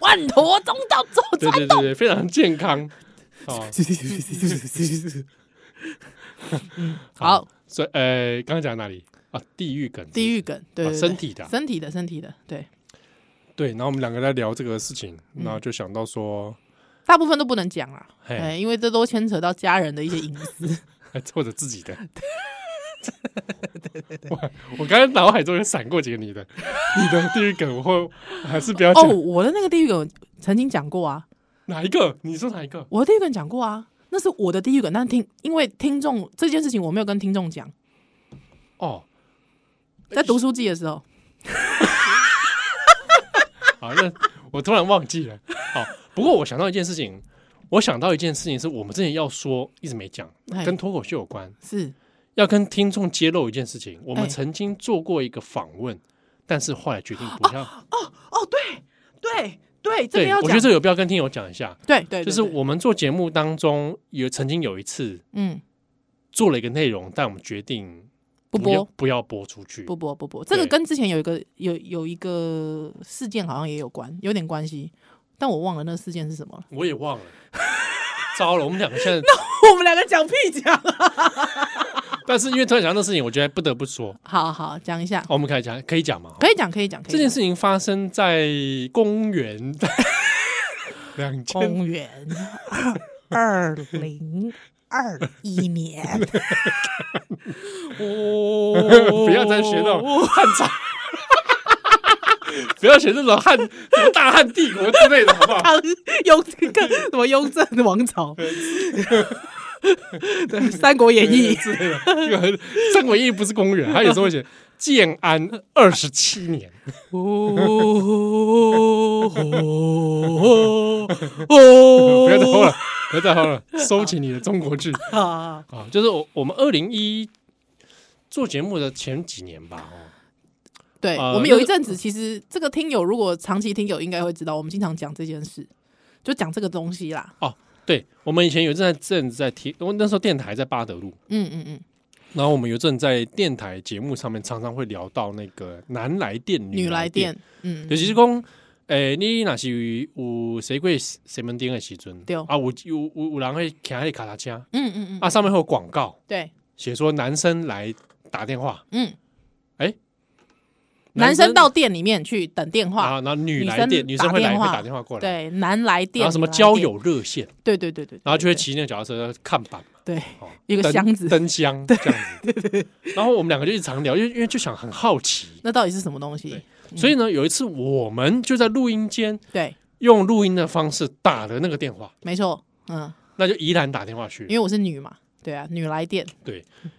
S3: 万驼中道走
S2: 对对对对，非常健康
S3: [laughs]
S2: 哦。 [laughs]
S3: 好，
S2: 所以呃，刚刚讲哪里啊？地狱梗，
S3: 地狱梗，对
S2: 啊
S3: 对对
S2: 身体的啊
S3: 身体的，身体的，对，
S2: 对。然后我们两个在聊这个事情，
S3: 嗯
S2: 然后就想到说，
S3: 大部分都不能讲啦，
S2: 嘿
S3: 哎，因为这都牵扯到家人的一些
S2: [laughs]
S3: 隐私。
S2: 哎或者自己
S3: [laughs]
S2: 的。我我 [laughs] 刚刚脑海中有闪过几个你的，你的地狱梗，我会还是不要
S3: 哦，
S2: 讲
S3: 我的那个地狱梗曾经讲过啊，
S2: 哪一个？你说哪一个？
S3: 我的地狱梗讲过啊，那是我的地狱梗，但听因为听众这件事情我没有跟听众讲，
S2: 哦，
S3: 在读书记的时候，
S2: 好，那我突然忘记了。好，不过我想到一件事情，我想到一件事情是我们之前要说，一直没讲，
S3: 哎
S2: 跟脱口秀有关，
S3: 是
S2: 要跟听众揭露一件事情。我
S3: 哎
S2: 们曾经做过一个访问，但是后来决定不要。
S3: 哦，对对对，这
S2: 对
S3: 边要，
S2: 我
S3: 讲
S2: 觉得，这有必要跟听友讲一下，
S3: 对对，对
S2: 就是
S3: 对
S2: 我们做节目当中有曾经有一次
S3: 嗯，
S2: 做了一个内容，但我们决定
S3: 不
S2: 要
S3: 播
S2: 不要播出去。
S3: 不播不播，这个
S2: 对。
S3: 跟之前有一个有有一个事件好像也有关，有点关系，但我忘了那个事件是什么了 [laughs]
S2: 我也忘 [laughs] 了，糟了，我们两个现在，
S3: 我们两个讲屁讲 [laughs] 啊！
S2: 但是因为突然想到那事情，我觉得不得不说。
S3: 好好讲一下，
S2: 好我们可以讲，可以讲嘛？
S3: 可以讲可以讲，可以
S2: 这件
S3: 讲
S2: 事情发生在公元两千，
S3: 公元
S2: [laughs]
S3: 二零二一年， [laughs] 哦，
S2: 不要再学那种汉朝， [laughs] 不要学那种汉什么大汉帝国之类的，好不好？
S3: 唐雍跟什么雍正王朝， [laughs] 对《三国演义》
S2: 之类的，这个很《三国演义》不是公元，他有时候会写建安二十七年，
S3: 哦哦
S2: 不要再吼
S3: 哦
S2: 了，不要再吼了，收起你的中国
S3: [laughs]
S2: 剧
S3: 哦！
S2: 啊！就是我我们二零一做节目的前几年吧，哦，
S3: [laughs] 对，
S2: 呃
S3: 我们有一阵子，其实这个听友如果长期听友应该会知道，我们经常讲这件事，就讲这个东西啦。
S2: 哦，对，我们以前有一阵阵子在提，我那时候电台在八德路，
S3: 嗯嗯嗯，
S2: 然后我们有一阵在电台节目上面常常会聊到那个男来电、
S3: 女来
S2: 来
S3: 电
S2: 电，，
S3: 嗯
S2: 尤，其是讲，诶、你若是有谁过谁门町的时阵，
S3: 对
S2: 啊，有有有有人会骑那个卡达车，
S3: 嗯嗯嗯，
S2: 啊，上面会有广告
S3: 对，
S2: 写说男生来打电话，
S3: 嗯，
S2: 哎
S3: 男生到店里面去等电
S2: 然后
S3: 话，
S2: 然后女
S3: 女
S2: 来
S3: 生
S2: 电，女生
S3: 打
S2: 会来
S3: 电
S2: 会
S3: 话
S2: 打电话啊过来，，
S3: 对，男来电，
S2: 然后什么
S3: 女来
S2: 交
S3: 电，
S2: 友热线，
S3: 对对对对，
S2: 然后就会
S3: 对
S2: 骑那个脚踏车看板，
S3: 对
S2: 哦
S3: [laughs] 一个
S2: 灯
S3: 箱子
S2: 灯箱这样子，对对。然后我们两个就一直常聊，因为因为就想很好奇，
S3: 那到底是什么东西？
S2: 所以呢，有一次我们就在录音间
S3: 对，
S2: 用录音的方式打了那个电话，
S3: 没错，嗯，
S2: 那就宜兰打电话去
S3: 因，为我是女嘛，对啊，女来电，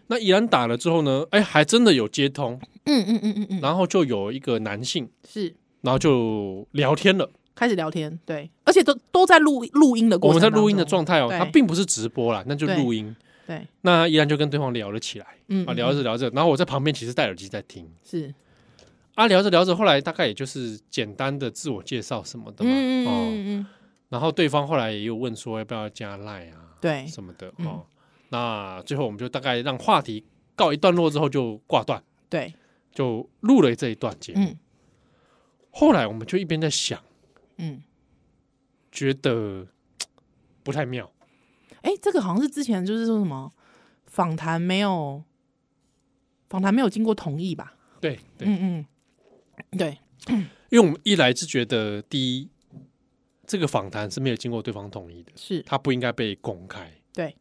S2: 那宜兰打了之后呢，哎，还真的有接通，
S3: 嗯嗯嗯嗯嗯，
S2: 然后就有一个男性，
S3: 是
S2: 然后就聊天了。
S3: 开始聊天，对，而且都都在录录音的过
S2: 我们
S3: 程当
S2: 在
S3: 中，
S2: 录音的状态哦，
S3: 对
S2: 他并不是直播啦，那就
S3: 对
S2: 录音。
S3: 对，
S2: 那宜兰就跟对方聊了起来，
S3: 嗯
S2: 啊，
S3: 嗯
S2: 聊着聊着，然后我在旁边其实戴耳机在听，
S3: 是，
S2: 啊，聊着聊着，后来大概也就是简单的自我介绍什么的
S3: 嗯
S2: 嘛，
S3: 嗯嗯
S2: 哦，
S3: 嗯嗯，
S2: 然后对方后来也有问说要不要加赖啊，
S3: 对
S2: 什么的
S3: 嗯
S2: 哦，那最后我们就大概让话题告一段落之后就挂断，
S3: 对，
S2: 就录了这一段节目。
S3: 嗯
S2: 后来我们就一边在想，
S3: 嗯，
S2: 觉得不太妙，
S3: 哎，这个好像是之前就是说什么访谈没有访谈没有经过同意吧？
S2: 对对，
S3: 嗯嗯，对，
S2: 因为我们一来是觉得第一，这个访谈是没有经过对方同意的，
S3: 是，
S2: 它不应该被公开。
S3: 对，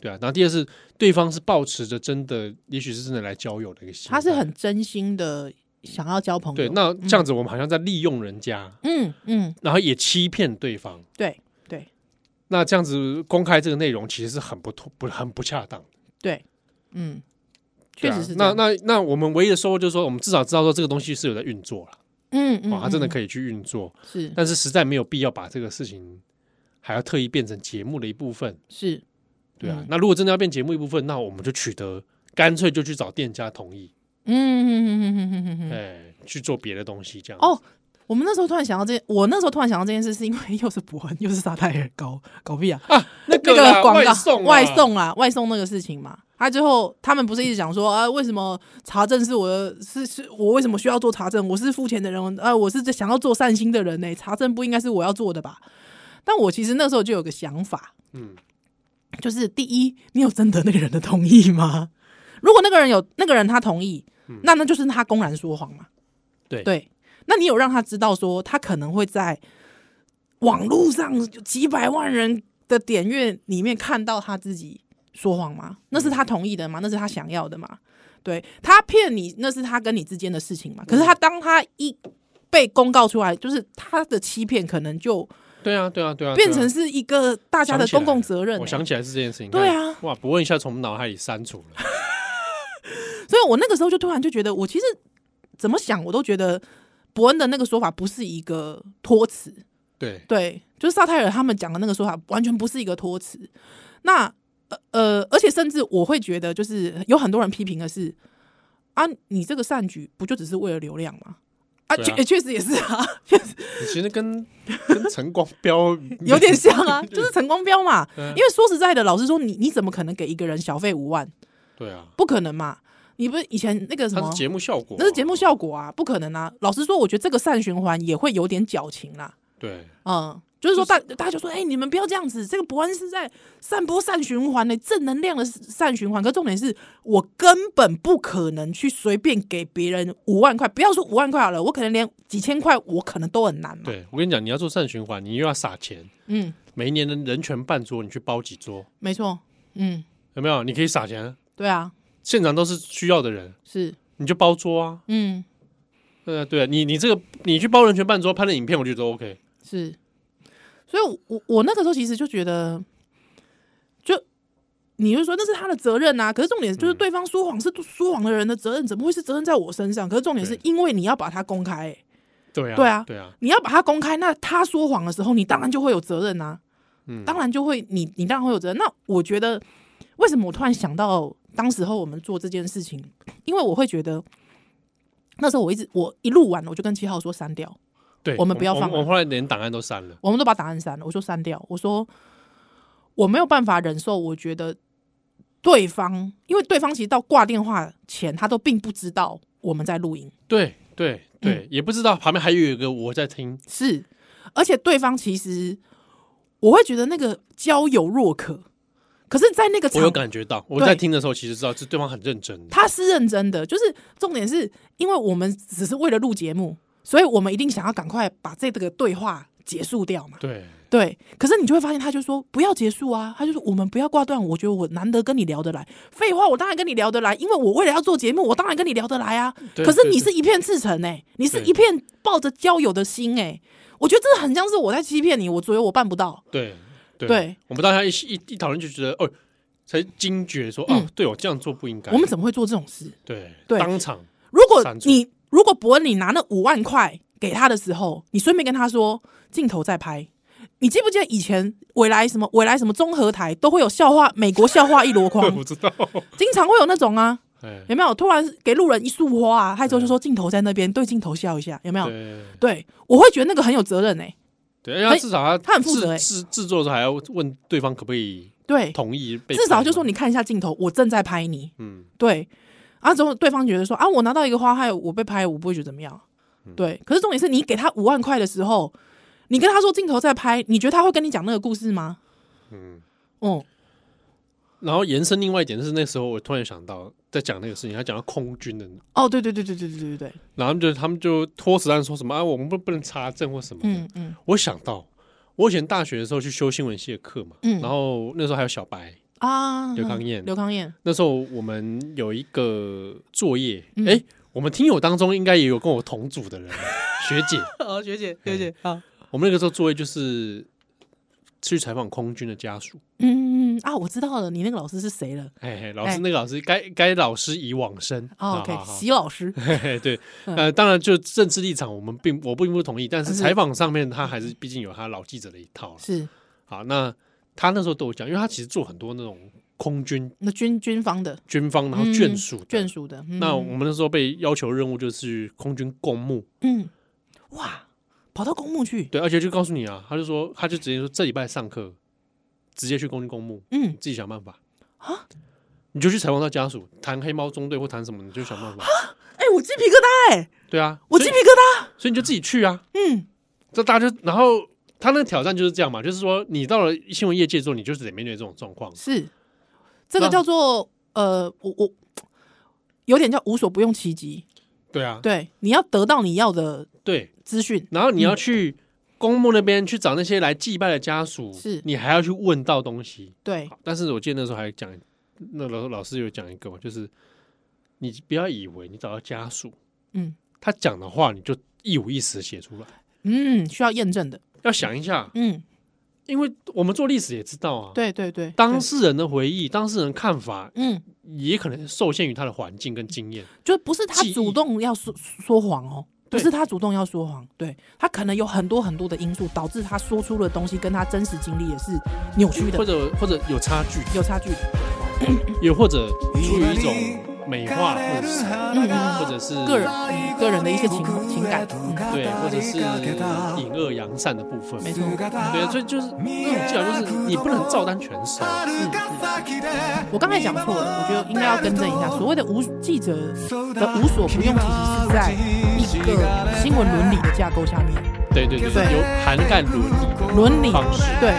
S2: 对啊，然后第二是对方是抱持着真的，也许是真的来交友的一个心态，
S3: 他是很真心的想要交朋友，
S2: 对。那这样子，我们好像在利用人家，
S3: 嗯嗯，
S2: 然后也欺骗对方。
S3: 对对
S2: 那这样子公开这个内容，其实是很不妥、不很不恰当。
S3: 对，嗯，
S2: 对
S3: 确
S2: 啊
S3: 实是这
S2: 那
S3: 样，
S2: 那那我们唯一的收获就是说，我们至少知道说这个东西是有在运作了，
S3: 嗯嗯，
S2: 哦，它真的
S3: 以
S2: 可以去运作，
S3: 是
S2: 但是实在没有必要把这个事情还要特意变成节目的一部分。
S3: 是，
S2: 对啊，
S3: 嗯
S2: 那如果真的要变节目一部分，那我们就取得干脆就去找店家同意，
S3: 嗯嗯嗯嗯嗯嗯
S2: 哎、
S3: 嗯。
S2: 去做别的东西这样。
S3: 哦，我们那时候突然想到这，我那时候突然想到这件事，是因为又是伯恩又是沙泰尔搞 [laughs] 搞屁啊！
S2: 啊，那
S3: 那
S2: 个啦
S3: 个广告
S2: 外送啊
S3: 外送啦，外送那个事情嘛。他最后他们不是一直讲说啊，为什么查证是我的，是是我为什么需要做查证？我是肤浅的人，啊，我是想要做善心的人呢、欸查证不应该是我要做的吧？但我其实那时候就有个想法，
S2: 嗯，
S3: 就是第一，你有征得那个人的同意吗？如果那个人有那个人他同意，
S2: 嗯
S3: 那那就是他公然说谎嘛。
S2: 对
S3: 对，那你有让他知道说他可能会在网络上有几百万人的点阅里面看到他自己说谎吗？那是
S2: 嗯
S3: 他同意的吗？那是他想要的吗？对他骗你，那是他跟你之间的事情嘛。可是
S2: 嗯
S3: 他当他一被公告出来，就是他的欺骗可能就
S2: 对啊，对啊，对啊，
S3: 变成
S2: 对啊
S3: 是一个大家的公共责任、欸
S2: 我想起来是这件事情。
S3: 对
S2: 看
S3: 啊，
S2: 哇，不问一下从脑海里删除了。
S3: 所以我那个时候就突然就觉得，我其实怎么想，我都觉得伯恩的那个说法不是一个托词，
S2: 对，
S3: 对，就是萨泰尔他们讲的那个说法完全不是一个托词。那呃呃，而且甚至我会觉得，就是有很多人批评的是啊，你这个善举不就只是为了流量吗？啊，
S2: 对啊
S3: 确确、实也是啊，确实
S2: 其实跟 [laughs] 跟晨光标
S3: [laughs] 有点像啊，就是陈光标嘛。
S2: 嗯
S3: 因为说实在的，老实说你，你怎么可能给一个人小费五万？
S2: [laughs] 对啊，
S3: 不可能嘛！你不是以前那个什
S2: 它
S3: 么
S2: 是节目效果，
S3: 那是节目效果啊，不可能啊！老实说，我觉得这个善循环也会有点矫情啦。
S2: 对
S3: 嗯，就是说大大家就说，哎、你们不要这样子，这个伯恩是在散播善循环的、正能量的善循环。可重点是我根本不可能去随便给别人五万块，不要说五万块好了，我可能连几千块我可能都很难嘛。
S2: 对。我跟你讲，你要做善循环，你又要撒钱。
S3: 嗯，
S2: 每一年的人权办桌，你去包几桌，
S3: 没错，嗯，
S2: 有没有？你可以撒钱，
S3: 对啊，
S2: 现场都是需要的人，
S3: 是，
S2: 你就包桌啊。
S3: 嗯，
S2: 对啊，对啊，你你这个你去包人权办桌拍的影片，我觉得都 OK。
S3: 是，所以我，我我那个时候其实就觉得，就你就说那是他的责任啊，可是重点
S2: 嗯
S3: 就是对方说谎是说谎的人的责任，怎么会是责任在我身上？可是重点是
S2: 对
S3: 因为你要把它公开欸、
S2: 对啊，
S3: 对啊
S2: 对啊，
S3: 你要把它公开，那他说谎的时候，你当然就会有责任啊，
S2: 嗯，
S3: 当然就会你你当然会有责任。那我觉得为什么我突然想到当时候我们做这件事情，因为我会觉得。那时候我一直我一录完，我就跟七号说删掉，
S2: 对，
S3: 我们不要放啊
S2: 我们后来连档案都删了。
S3: 我们都把答案删了。我说删掉，我说我没有办法忍受，我觉得对方，因为对方其实到挂电话前，他都并不知道我们在录音，
S2: 对对对，嗯也不知道旁边还有一个我在
S3: 嗯
S2: 听，
S3: 是，而且对方其实我会觉得那个交友若渴，可是，在那个
S2: 我
S3: 场
S2: 有感觉到，我
S3: 对
S2: 在听的时候其实知道，是对方很认真的。
S3: 他是认真的，就是重点是因为我们只是为了录节目，所以我们一定想要赶快把这个对话结束掉嘛。
S2: 对
S3: 对，可是你就会发现，他就说不要结束啊，他就说我们不要挂断，我觉得我难得跟你聊得来。废话，我当然跟你聊得来，因为我为了要做节目，我当然跟你聊得来啊。
S2: 嗯对
S3: 可是
S2: 对
S3: 你
S2: 对
S3: 是一片赤诚哎、你是
S2: 对
S3: 一片抱着交友的心哎、我觉得这很像是我在欺骗你，我觉得我办不到。
S2: 对
S3: 对
S2: 我们大家一一一讨论就觉得，哦，才惊觉说，哦，对我这样做不应该。
S3: 嗯我们怎么会做这种事？
S2: 对
S3: 对
S2: 当场
S3: 如果
S2: 删除，
S3: 你如果伯恩你拿那五万块给他的时候，你顺便跟他说镜头再拍，你记不记得以前未来什么未来什么综合台都会有笑话，美国笑话一箩筐
S2: [laughs] 不知道，
S3: 经常会有那种啊，
S2: 哎，
S3: 有没有？突然给路人一束花、啊，害羞就说镜头在那边，对镜头笑一下，有没有？
S2: 对
S3: 对，我会觉得那个很有责任哎、
S2: 对，因为他
S3: 哎
S2: 至少他
S3: 他很负责哎
S2: 制制制作的时候还要问对方可不可以
S3: 对，
S2: 同意被，
S3: 至少就说，你看一下镜头，我正在拍你，
S2: 嗯，
S3: 对，啊，之后对方觉得说啊，我拿到一个花害，我被拍，我不会觉得怎么样，对。可是重点是你给他五万块的时候，你跟他说镜头在拍，你觉得他会跟你讲那个故事吗？嗯，哦、
S2: 然后延伸另外一点就是那时候我突然想到，在讲那个事情，他讲到空军的，
S3: 哦，对对对对对对对对，
S2: 然后他们就他们就拖死蛋说什么啊，我们不不能查证或什么的，
S3: 嗯嗯
S2: 我想到我以前大学的时候去修新闻系的课嘛，
S3: 嗯
S2: 然后那时候还有小白，
S3: 啊，
S2: 刘康燕
S3: 刘康燕， [laughs]
S2: 那时候我们有一个作业，哎、
S3: 嗯
S2: 我们听友当中应该也有跟我同组
S3: [laughs]
S2: 的人，学姐，
S3: 哦，学姐学姐，好，
S2: 我们那个时候作业就是去采访空军的家属，
S3: 嗯嗯啊，我知道了，你那个老师是谁了？
S2: 嘿嘿，老师那个老师该该老师已往生、
S3: 哎哦
S2: 好
S3: ，OK，嗯
S2: 好好
S3: 席老师，
S2: [laughs] 嘿嘿对，呃，当然就政治立场我们并我并不同意，但是
S3: 但是
S2: 采访上面他还是毕竟有他老记者的一套了。
S3: 是
S2: 好，那他那时候都有讲，因为他其实做很多那种空军
S3: 那军军方的，
S2: 军方，然后
S3: 嗯
S2: 眷属的
S3: 眷。属的，嗯
S2: 那我们那时候被要求任务就是去空军公墓，
S3: 嗯，哇，跑到公墓去，
S2: 对，而且就告诉你啊，他就说他就直接说这礼拜上课直接去空军公墓，
S3: 嗯
S2: 你，自己想办法啊，你就去采访他家属，谈黑猫中队或谈什么，你就想办法。
S3: 哎，我鸡皮疙瘩，哎，
S2: 对啊，
S3: 我
S2: 所
S3: 鸡
S2: 以
S3: 皮疙瘩，
S2: 所以你就自己去啊，
S3: 嗯。
S2: 这大家就然后他那个挑战就是这样嘛，就是说你到了新闻业界之后，你就是得面对这种状况。
S3: 是，这个
S2: 那
S3: 叫做呃，我我有点叫无所不用其极。
S2: 对啊，
S3: 对，你要得到你要的
S2: 对，
S3: 资讯，
S2: 然后你要去公墓那边去找那些来祭拜的家属，
S3: 是
S2: 你还要去问到东西。
S3: 对，
S2: 好但是我记得那时候还讲，那老老师有讲一个嘛，就是你不要以为你找到家属，
S3: 嗯
S2: 他讲的话你就一五一十写出来，
S3: 嗯，需要验证的，
S2: 要想一下，
S3: 嗯，
S2: 因为我们做历史也知道啊，，
S3: 对对对，
S2: 当
S3: 对，
S2: 事人的回忆、当事人看法
S3: 嗯，
S2: 也可能受限于他的环境跟经验，
S3: 就不是他
S2: 记忆
S3: 主动要说说谎哦。不
S2: 对
S3: 是他主动要说谎，对他可能有很多很多的因素导致他说出的东西跟他真实经历也是扭曲
S2: 或
S3: 的，
S2: 者或者有差距，
S3: 有差距的，
S2: 也或者出于一种美化或者是
S3: 嗯嗯
S2: 或者是
S3: 个人、嗯、个人的一些情情感，嗯，
S2: 对，或者是引恶扬善的部分，
S3: 没错
S2: 对啊，所以就是那种技巧，就是你不能照单全收。
S3: 嗯我刚才讲错了，我觉得应该要更正一下。所谓的无记者的无所不用其极，是在一个新闻伦理的架构下面，
S2: 对对对，
S3: 对
S2: 有涵盖伦理，
S3: 伦理
S2: 方式
S3: 对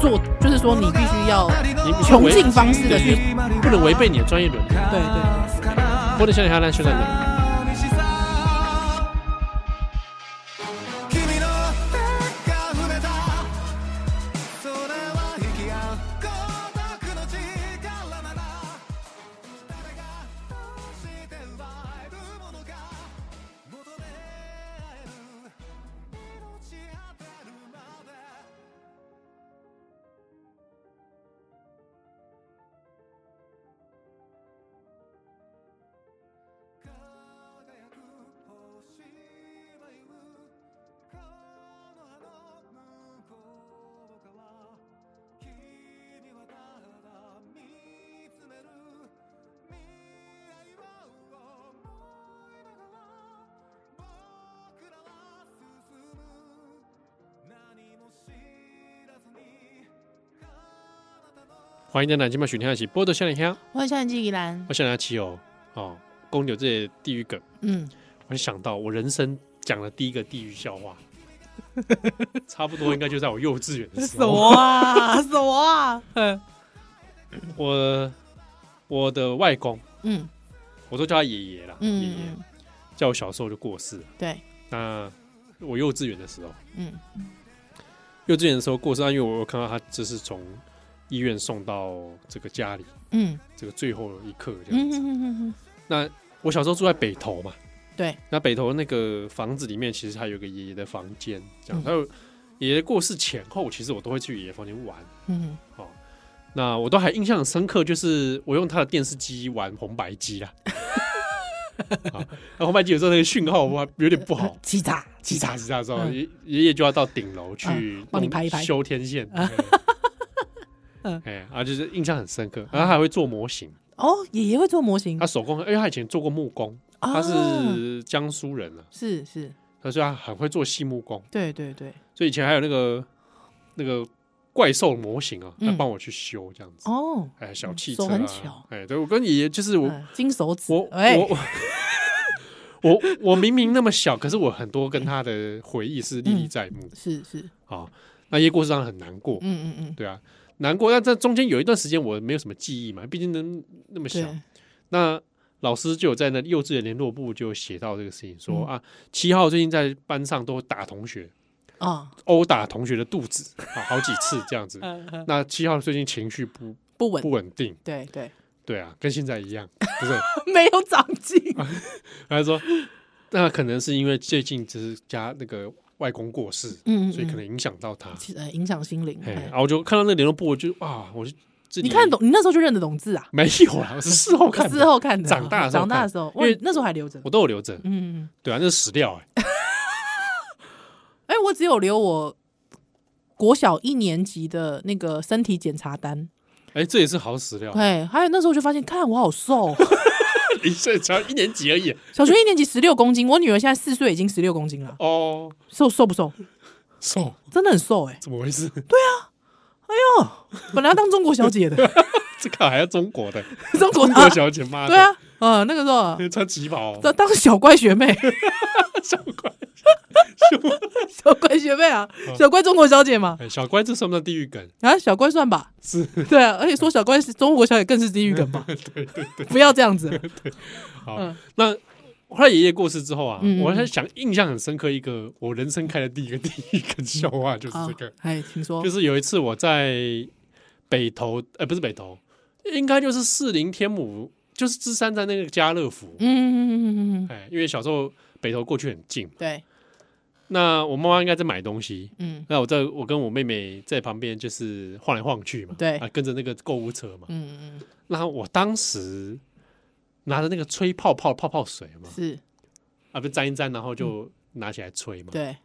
S3: 做，就是说你必须要
S2: 你必须
S3: 穷
S2: 违
S3: 尽方式的去，
S2: 对不能违背你的专业伦理。
S3: 对对
S2: 或者像你还来宣传的。
S1: 君の手が触れたそれは引き合う孤独の力なら誰がどうして奪えるものか求める命果てるまで輝く星はゆむこの葉の向こう側君はただ見つめる未来を思いながら僕らは進む何も知らずに彼方の
S2: 欢迎在南京嘛，许天下起，波多向你香，
S3: 我很像季怡兰
S2: 我，向你起哦哦，公牛这些地狱梗，
S3: 嗯，
S2: 哦我就想到我人生讲的第一个地狱笑
S3: [laughs]
S2: 话，差不多应该就在我幼稚园的时候。
S3: 啊，什么啊，嗯
S2: 我我的外公，
S3: 嗯
S2: 我都叫他爷爷啦，爷
S3: 嗯
S2: 爷、
S3: 嗯，
S2: 叫我小时候就过世了。
S3: 对，
S2: 那我幼稚园的时候，
S3: 嗯
S2: 幼稚园的时候过世，那因为我有看到他就是从医院送到这个家里，
S3: 嗯
S2: 这个最后一刻
S3: 嗯
S2: 这样
S3: 嗯
S2: 子。
S3: 嗯嗯，嗯
S2: 那我小时候住在北头嘛，
S3: 对，
S2: 那北头那个房子里面其实还有个爷爷的房间，这样。
S3: 嗯
S2: 还有爷爷过世前后，其实我都会去爷爷房间玩。
S3: 嗯
S2: 哦，那我都还印象很深刻，就是我用他的电视机玩红白机
S3: [laughs]
S2: 啦。啊，那红白机有时候那个讯号哇有点不好，
S3: 七叉
S2: 叽喳叽喳之后，
S3: 嗯
S2: 爷爷爷就要到顶楼去
S3: 嗯帮你拍一拍
S2: 修天线。 [laughs]
S3: 嗯
S2: 哎，啊，就是印象很深刻，然后他还会做模型，
S3: 哦，爷爷会做模型
S2: 他，手工，因为他以前做过木工，
S3: 啊
S2: 他是江苏人啊，
S3: 是是，
S2: 他说他很会做细木工，
S3: 对对对，
S2: 所以以前还有那个那个怪兽模型啊，
S3: 嗯
S2: 他帮我去修这样子，
S3: 哦，
S2: 哎，小
S3: 嗯
S2: 汽车
S3: 手
S2: 啊
S3: 很巧，
S2: 哎，对我跟爷爷就是我
S3: 嗯金手指，
S2: 我
S3: 哎，
S2: 我我我明明那么小，可是我很多跟他的回忆是历历在目
S3: 是是，
S2: 啊。那叶过是让人很难过，
S3: 嗯嗯嗯，
S2: 对啊，难过。但这中间有一段时间我没有什么记忆嘛，毕竟能那么小。
S3: 对，
S2: 那老师就有在那幼稚园联络部就有写到这个事情，说、
S3: 嗯
S2: 啊，七号最近在班上都打同学，
S3: 啊，
S2: 殴打同学的肚子，啊，好几次这样子。那七号最近情绪不
S3: 不嗯稳
S2: 不，稳定，
S3: 对对， [laughs]
S2: 对啊，跟现在一样，不是？
S3: 没有长进，
S2: 啊他说，那可能是因为最近就是家那个外公过世，
S3: 嗯嗯
S2: 所以可
S3: 嗯
S2: 能影响到他。
S3: 其呃影响心灵，
S2: 哎，
S3: 哎
S2: 然后我就看到那联络部，我就啊，我就自己
S3: 你看得懂，你那时候就认得懂字啊，
S2: 没有啦，我是事后看的，
S3: 事后看的，啊
S2: 长大的时候
S3: 长大的
S2: 看
S3: 时候，
S2: 因
S3: 因
S2: 为
S3: 为那时候还留着，
S2: 我都有留着。
S3: 嗯，嗯
S2: 对啊，那是史料哎、
S3: 哎，我只有留我国小一年级的那个身体检查单，
S2: 哎、这也是好史料。
S3: 哎，还有那时候就发现，看我好瘦，
S2: [laughs]
S3: 哦
S2: 你现在才一年级而已
S3: 小学一年级十六公斤，我女儿现在四岁已经十六公斤了，
S2: 哦，
S3: 瘦瘦不瘦？
S2: 瘦
S3: 真的很瘦哎、
S2: 怎么回事？
S3: 本来要当中国
S2: [laughs]
S3: 小姐的，
S2: 这个还要中国的
S3: 中国
S2: 中国小姐妈的，
S3: 哦啊对，啊，呃，那个时候
S2: 穿旗袍、哦，
S3: 当当小乖学妹，
S2: [laughs] 小乖，
S3: [laughs] 小乖学妹啊，
S2: 嗯
S3: 小乖中国小姐嘛，
S2: 哎，小乖这算不算地狱梗？
S3: 啊，小乖算吧，
S2: 是，
S3: [laughs] 对啊，而且说小乖是中国小姐更是地狱
S2: [laughs]
S3: 梗吧，对对对，不要这样子，
S2: 好，
S3: 嗯
S2: 那后来爷爷过世之后啊，
S3: 嗯嗯
S2: 我还想印象很深刻一个我人生开的第一个地狱梗笑话，就是
S3: 啊
S2: 这个，，
S3: 哎，请说
S2: 就，是有一次我在北投，呃，不是北投，应该就是士林天母，就是芝山在那个家乐福
S3: 嗯，嗯嗯嗯嗯，
S2: 哎，因为小时候北投过去很近，
S3: 对，
S2: 那我妈妈应该在买东西，
S3: 嗯
S2: 那我在我跟我妹妹在旁边就是晃来晃去嘛，
S3: 对
S2: 啊，跟着那个购物车嘛。
S3: 嗯嗯
S2: 那我当时拿着那个吹泡泡泡泡水嘛
S3: 嗯，，是
S2: 啊，不是沾一沾，然后就拿起来吹嘛。，
S3: 嗯对，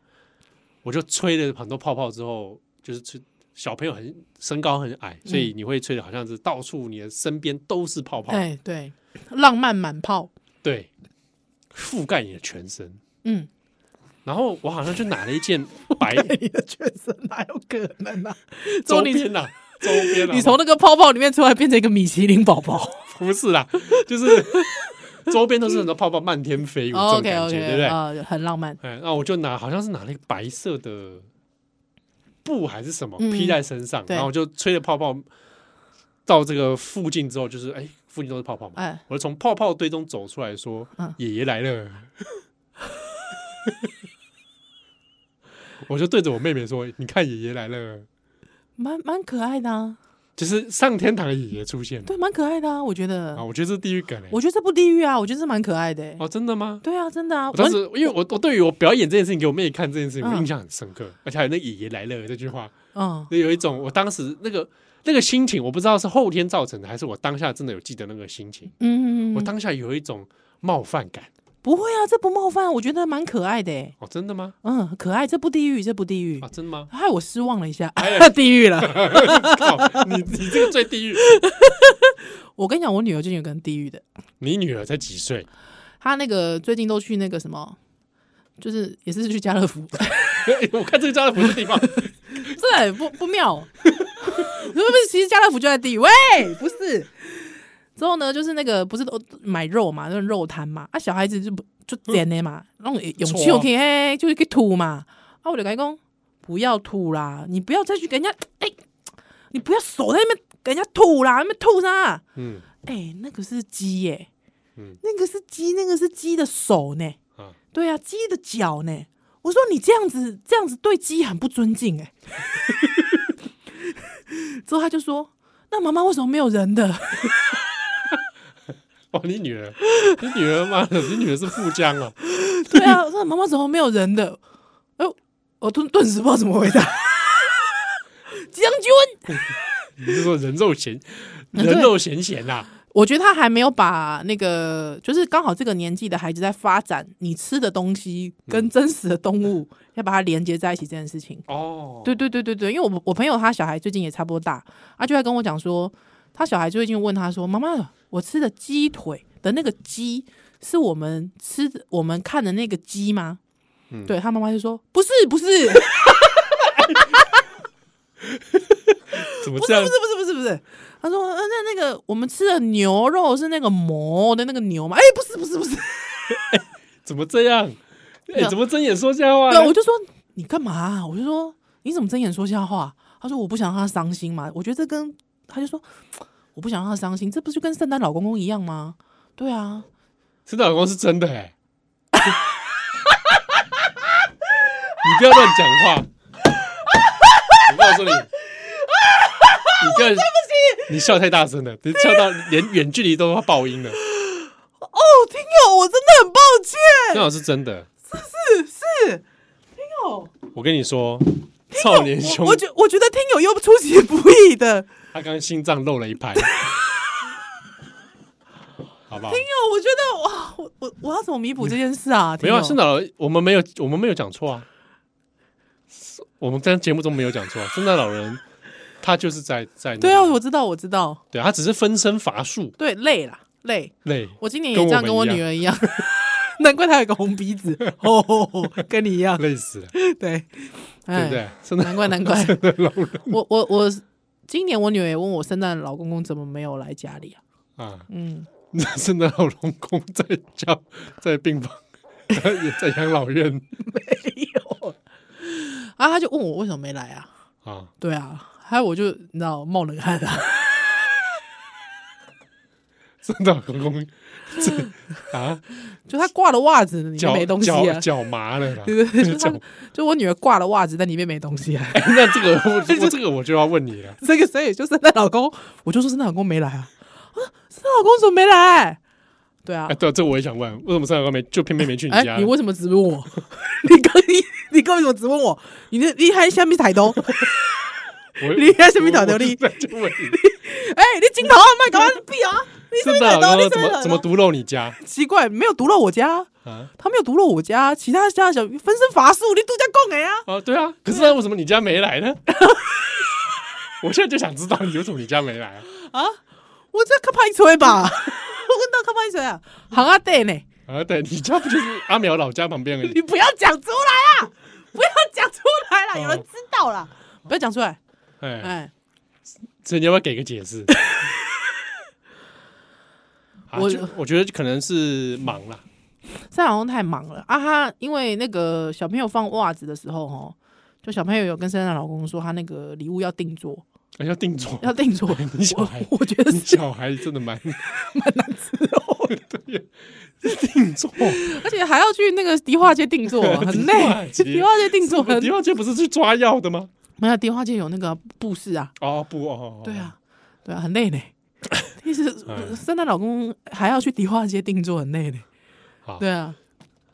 S2: 我就吹了很多泡泡之后，就是吹。小朋友很身高很矮，所以你会吹的好像是到处你的身边都是泡泡，
S3: 哎嗯对，浪漫满炮，
S2: 对，覆盖你的全身。 [laughs]
S3: 嗯，
S2: 然后我好像就拿了一件
S3: [laughs]
S2: 白
S3: 你的全身哪有可能啊？
S2: 周
S3: 从你
S2: 边呐、周边啦，
S3: 你从那个泡泡里面出来，变成一个米其林宝宝。
S2: 不是啦，就是周边都是很多泡泡漫天飞舞这种
S3: OK
S2: 感觉，对不
S3: OK，
S2: 对？
S3: 啊，很浪漫。
S2: 哎，那我就拿，好像是拿了一个白色的布还是什么
S3: 嗯
S2: 披在身上，
S3: 对
S2: 然后我就吹着泡泡到这个附近之后，就是哎，附近都是泡泡嘛，
S3: 哎，
S2: 我就从泡泡堆中走出来说
S3: 嗯：“
S2: 爷爷来了。” [laughs] 我就对着我妹妹说：“你看，爷爷来了，
S3: 蛮蛮可爱的啊，
S2: 就是上天堂的爷爷出现了
S3: 对，蛮可爱的啊，我觉得
S2: 啊！”。我觉得这是地狱梗哎、
S3: 我觉得这不地狱啊，我觉得是蛮可爱的欸。
S2: 哦，真的吗？
S3: 对啊，真的啊，
S2: 我当时
S3: 我
S2: 因为我我对于我表演这件事情给我妹看这件事情，我
S3: 嗯
S2: 印象很深刻，而且还有那爷爷来了这句话，
S3: 嗯
S2: 那有一种我当时那个那个心情，我不知道是后天造成的，还是我当下真的有记得那个心情，
S3: 嗯，嗯嗯
S2: 我当下有一种冒犯感。
S3: 不会啊，这不冒犯，我觉得蛮可爱的欸。
S2: 哦，真的吗？
S3: 嗯，可爱，这不地狱，这不地狱？
S2: 啊，。真的吗 [laughs]
S3: 害我失望了一下
S2: 哎呀，
S3: 地狱了。 [laughs]
S2: 靠，你你这个最地狱。
S3: 我跟你讲，我女儿最近有跟地狱的，
S2: 你女儿才几岁？ [laughs]
S3: 她那个最近都去那个什么，就是也是去家乐福，
S2: 哎我看这个家乐福的地方，
S3: 这很不不妙。是不是？其实家乐福就在地狱，喂，不是。之后呢，就是那个不是都买肉嘛，那种肉摊嘛，啊，小孩子就不就点的嘛，那种勇气
S2: 错啊
S3: OK，嘿，就是去吐嘛。啊，我就跟他讲，不要吐啦，你不要再去给人家，哎、你不要手在那边给人家吐啦，那边吐啥？
S2: 嗯
S3: 哎、那个是鸡耶、
S2: 嗯
S3: 那个是鸡，那个是鸡的手呢、
S2: 啊，
S3: 对啊，鸡的脚呢？我说你这样子，这样子对鸡很不尊敬哎、 [laughs] 之后他就说：“那妈妈为什么没有人的？
S2: 哦，你女儿，你女儿妈的， [laughs] 你女儿是富江啊，
S3: 对啊，我说妈妈怎么没有人的？哦哎、我顿顿时不知道怎么回答。将军，
S2: 你是说人肉
S3: 啊
S2: 咸人肉咸咸啊呐？
S3: 我觉得他还没有把那个，就是刚好这个年纪的孩子在发展你吃的东西跟真实的动物、要把它连接在一起这件事情。
S2: 哦，
S3: 对对对对对，因为我我朋友他小孩最近也差不多大，他就在跟我讲说，他小孩最近问他说：“妈妈，我吃的鸡腿的那个鸡是我们吃的我们看的那个鸡吗？”
S2: 嗯
S3: 对他妈妈就说：“不是，不
S2: [laughs]
S3: 是，不是，
S2: 怎么
S3: 不
S2: 这
S3: 是，
S2: 样
S3: 不？是，不是，不是。”他说：“呃、那那个我们吃的牛肉是那个馍的那个牛吗？哎、不是，不是，不是。”
S2: 怎么这样？哎，
S3: 有
S2: 怎么睁眼说瞎话呢？
S3: 对，啊我就说你干嘛、啊我就说你怎么睁眼说瞎话？他说我不想让他伤心嘛。我觉得这跟他就说我不想让他伤心，这不就跟圣诞老公公一样吗？对啊，
S2: 吃到老公是真的哎、 [laughs] 你不要乱讲话！我告诉你，你这样你笑太大声了，你笑到连远距离都要爆音了。
S3: 哦，听友，我真的很抱歉，
S2: 那老是真的，
S3: 是是，听友，
S2: 我跟你说，少年
S3: 我
S2: 兄
S3: 我觉我觉得听友又出其不意的，听
S2: 他刚刚心脏漏了一拍，好不好？
S3: 友，我觉得哇，我我我要怎么弥补这件事啊？
S2: 没有啊，
S3: 听
S2: 圣
S3: 友
S2: 诞老人，我们没有，我们没有讲错啊。我们在节目中没有讲错、啊，圣诞老人 [laughs] 他就是在在那
S3: 对啊，
S2: 里
S3: 我知道，我知道，
S2: 对，啊他只是分身乏术，
S3: 对，累啦，累。
S2: 累。
S3: 我今年也
S2: 跟我
S3: 这样
S2: 们
S3: 跟我
S2: 一样
S3: 女儿一样， [laughs] 难怪她有个红鼻子， [laughs] 哦，跟你一样，
S2: 累死了，
S3: [laughs] 对，
S2: 对
S3: 哎
S2: 不对？真的
S3: 难怪难怪， [laughs] 我我我今年我女儿也问我圣诞老公公怎么没有来家里啊？
S2: 啊， [laughs]
S3: 嗯，
S2: 真的老龙公在家，在病房，然后也在养老院
S3: 啊，他就问我为什么没来啊？
S2: 啊。
S3: 对啊，还有我就你知道冒冷汗啊， [laughs]
S2: 真的老公这
S3: [laughs]
S2: 啊，
S3: 就他挂了袜子里面
S2: 脚
S3: 没东西
S2: 脚
S3: [laughs] 啊，
S2: 脚麻了啦。
S3: 对对对，就 [laughs]
S2: 脚
S3: 他就我女儿挂了袜子，但里面没东西啊。 [laughs]
S2: 哎 [laughs] 那这个我我这个我就要问你了，
S3: 这个所以就圣诞老公，我就说圣诞老公没来啊，啊，圣诞老公怎么没来？对啊
S2: 哎，，对，这我也想问，为什么上个月没就偏偏没去你
S3: 哎、
S2: 家
S3: 你？为什么只问我？ [laughs] 你刚你你刚为什么只问我？你那你还下面台东？
S2: 我
S3: 你还什么导流力？
S2: 我我就问你
S3: 哎、你镜头啊，麦搞完闭啊！你
S2: [laughs] 真的
S3: 台
S2: 老
S3: 东，你
S2: 公怎
S3: 什么台
S2: 么
S3: 东
S2: 怎么毒漏你家
S3: 奇怪？没有毒了我家，
S2: 啊？
S3: 他没有毒了我家，其他家的小分身乏术，你度假供哎啊！
S2: 啊，对啊，可是那为什么你家没来呢？ [laughs] 我现在就想知道你为什么你家没来啊？
S3: 我这可拍锤吧？我 [laughs] 问到可拍锤啊！行啊，对呢，
S2: 啊，对你家不就是阿苗老家旁边 [laughs] 而已？
S3: 你不要讲出来啊！不要讲出来啦，有人知道啦，不要讲出来。
S2: 哦哎，
S3: 哎，
S2: 所以你要不要给个解释？ [laughs] 啊
S3: 我
S2: 就我觉得可能是忙了，
S3: 三老公太忙了啊！他因为那个小朋友放袜子的时候，哦，就小朋友有跟圣诞老公说，他那个礼物要定做，
S2: 哎要定做。
S3: 要定做。
S2: [laughs] 你小孩
S3: 我我觉得
S2: 你
S3: 是
S2: 小孩真的蛮 [laughs] 蛮难伺候的， [laughs] 对呀，定做。
S3: 而且还要去那个迪化街定
S2: [laughs]
S3: 做，很累
S2: 迪化。街
S3: 迪化街定做很
S2: 迪化街不是去抓药的吗？
S3: 没有迪化街有那个布市啊，
S2: 哦不哦，哦
S3: 对，啊，对啊，
S2: [laughs]
S3: 很累呢。其实
S2: 哎
S3: 圣诞老公还要去迪化街定做，很累呢
S2: 好。
S3: 对啊，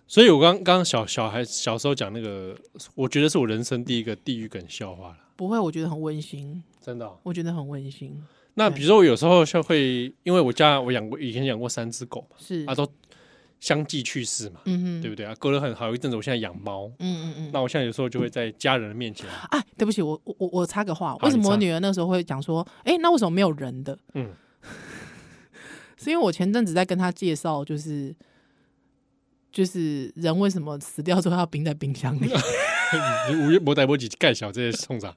S2: 所以我刚刚小小孩小时候讲那个，我觉得是我人生第一个地狱梗笑话了，
S3: 不会，我觉得很温馨，
S2: 真的哦、
S3: 我觉得很温馨。
S2: 那
S3: 对
S2: 比如说我有时候就会，因为我家我养过以前养过三只狗嘛，
S3: 是
S2: 啊，都相继去世嘛，
S3: 嗯哼，
S2: 对
S3: 嗯
S2: 不对啊？隔了很好一阵子，我现在养猫，
S3: 嗯嗯。
S2: 那我现在有时候就会在家人的面前，
S3: 啊，对不起，我我我我插个话，为什
S2: 你
S3: 么我
S2: 插
S3: 女儿那时候会讲说，哎、那为什么没有人的？
S2: 嗯，
S3: [laughs] 是因为我前阵子在跟她介绍，就是就是人为什么死掉之后要冰在冰箱里，嗯
S2: [laughs] 你无月无代波几盖小这些冲啥？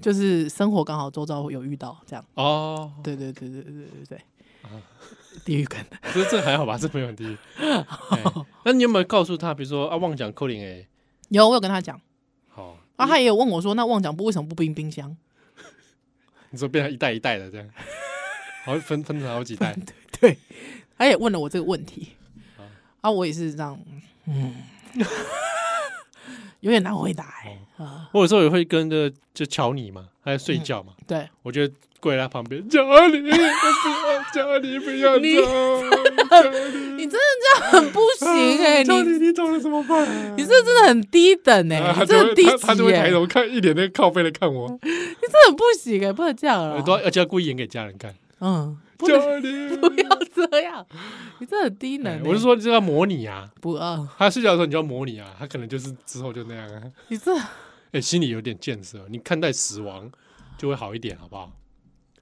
S3: 就是生活刚好周遭有遇到这样，
S2: 哦，
S3: 对对对对对对对对，地狱梗，
S2: 这这还好吧，这没问
S3: [laughs]
S2: 题。哎那你有没有告诉他，比如说啊，妄讲扣零哎，
S3: 有我有跟她讲，
S2: 好，
S3: 啊，她也有问我说，那旺角不为什么不冰冰箱？
S2: 你说变成一袋一袋的这样， [laughs] 好分分成好几袋，
S3: 对，她也问了我这个问题，啊，我也是这样，嗯，有点难回答、欸，啊、
S2: 我有时候也会跟着就瞧你嘛，还在睡觉嘛，
S3: 对。
S2: 我觉得跪在他旁边，家里 [laughs] 我不要，家里不要
S3: 你
S2: 走，
S3: 你真的这样很不行哎、
S2: 家
S3: 你
S2: 里嗯你走了怎么办？
S3: 你这真的很低等哎、
S2: 啊他就
S3: 你这很
S2: 会
S3: 低级
S2: 他他就会
S3: 哎、
S2: 抬头看，一脸那个靠背的看我，
S3: 你这很不行哎、不能这样
S2: 耳
S3: 啊！
S2: 朵而且要故意演给家人看，
S3: 嗯，不能
S2: 家里
S3: 不要这样，你这很低能、
S2: 哎
S3: 欸。
S2: 我是说这要模拟啊，
S3: 不嗯饿，
S2: 他睡觉的时候你就要模拟啊，他可能就是之后就那样啊，
S3: 你这
S2: 哎，心里有点建设，你看待死亡就会好一点，好不好？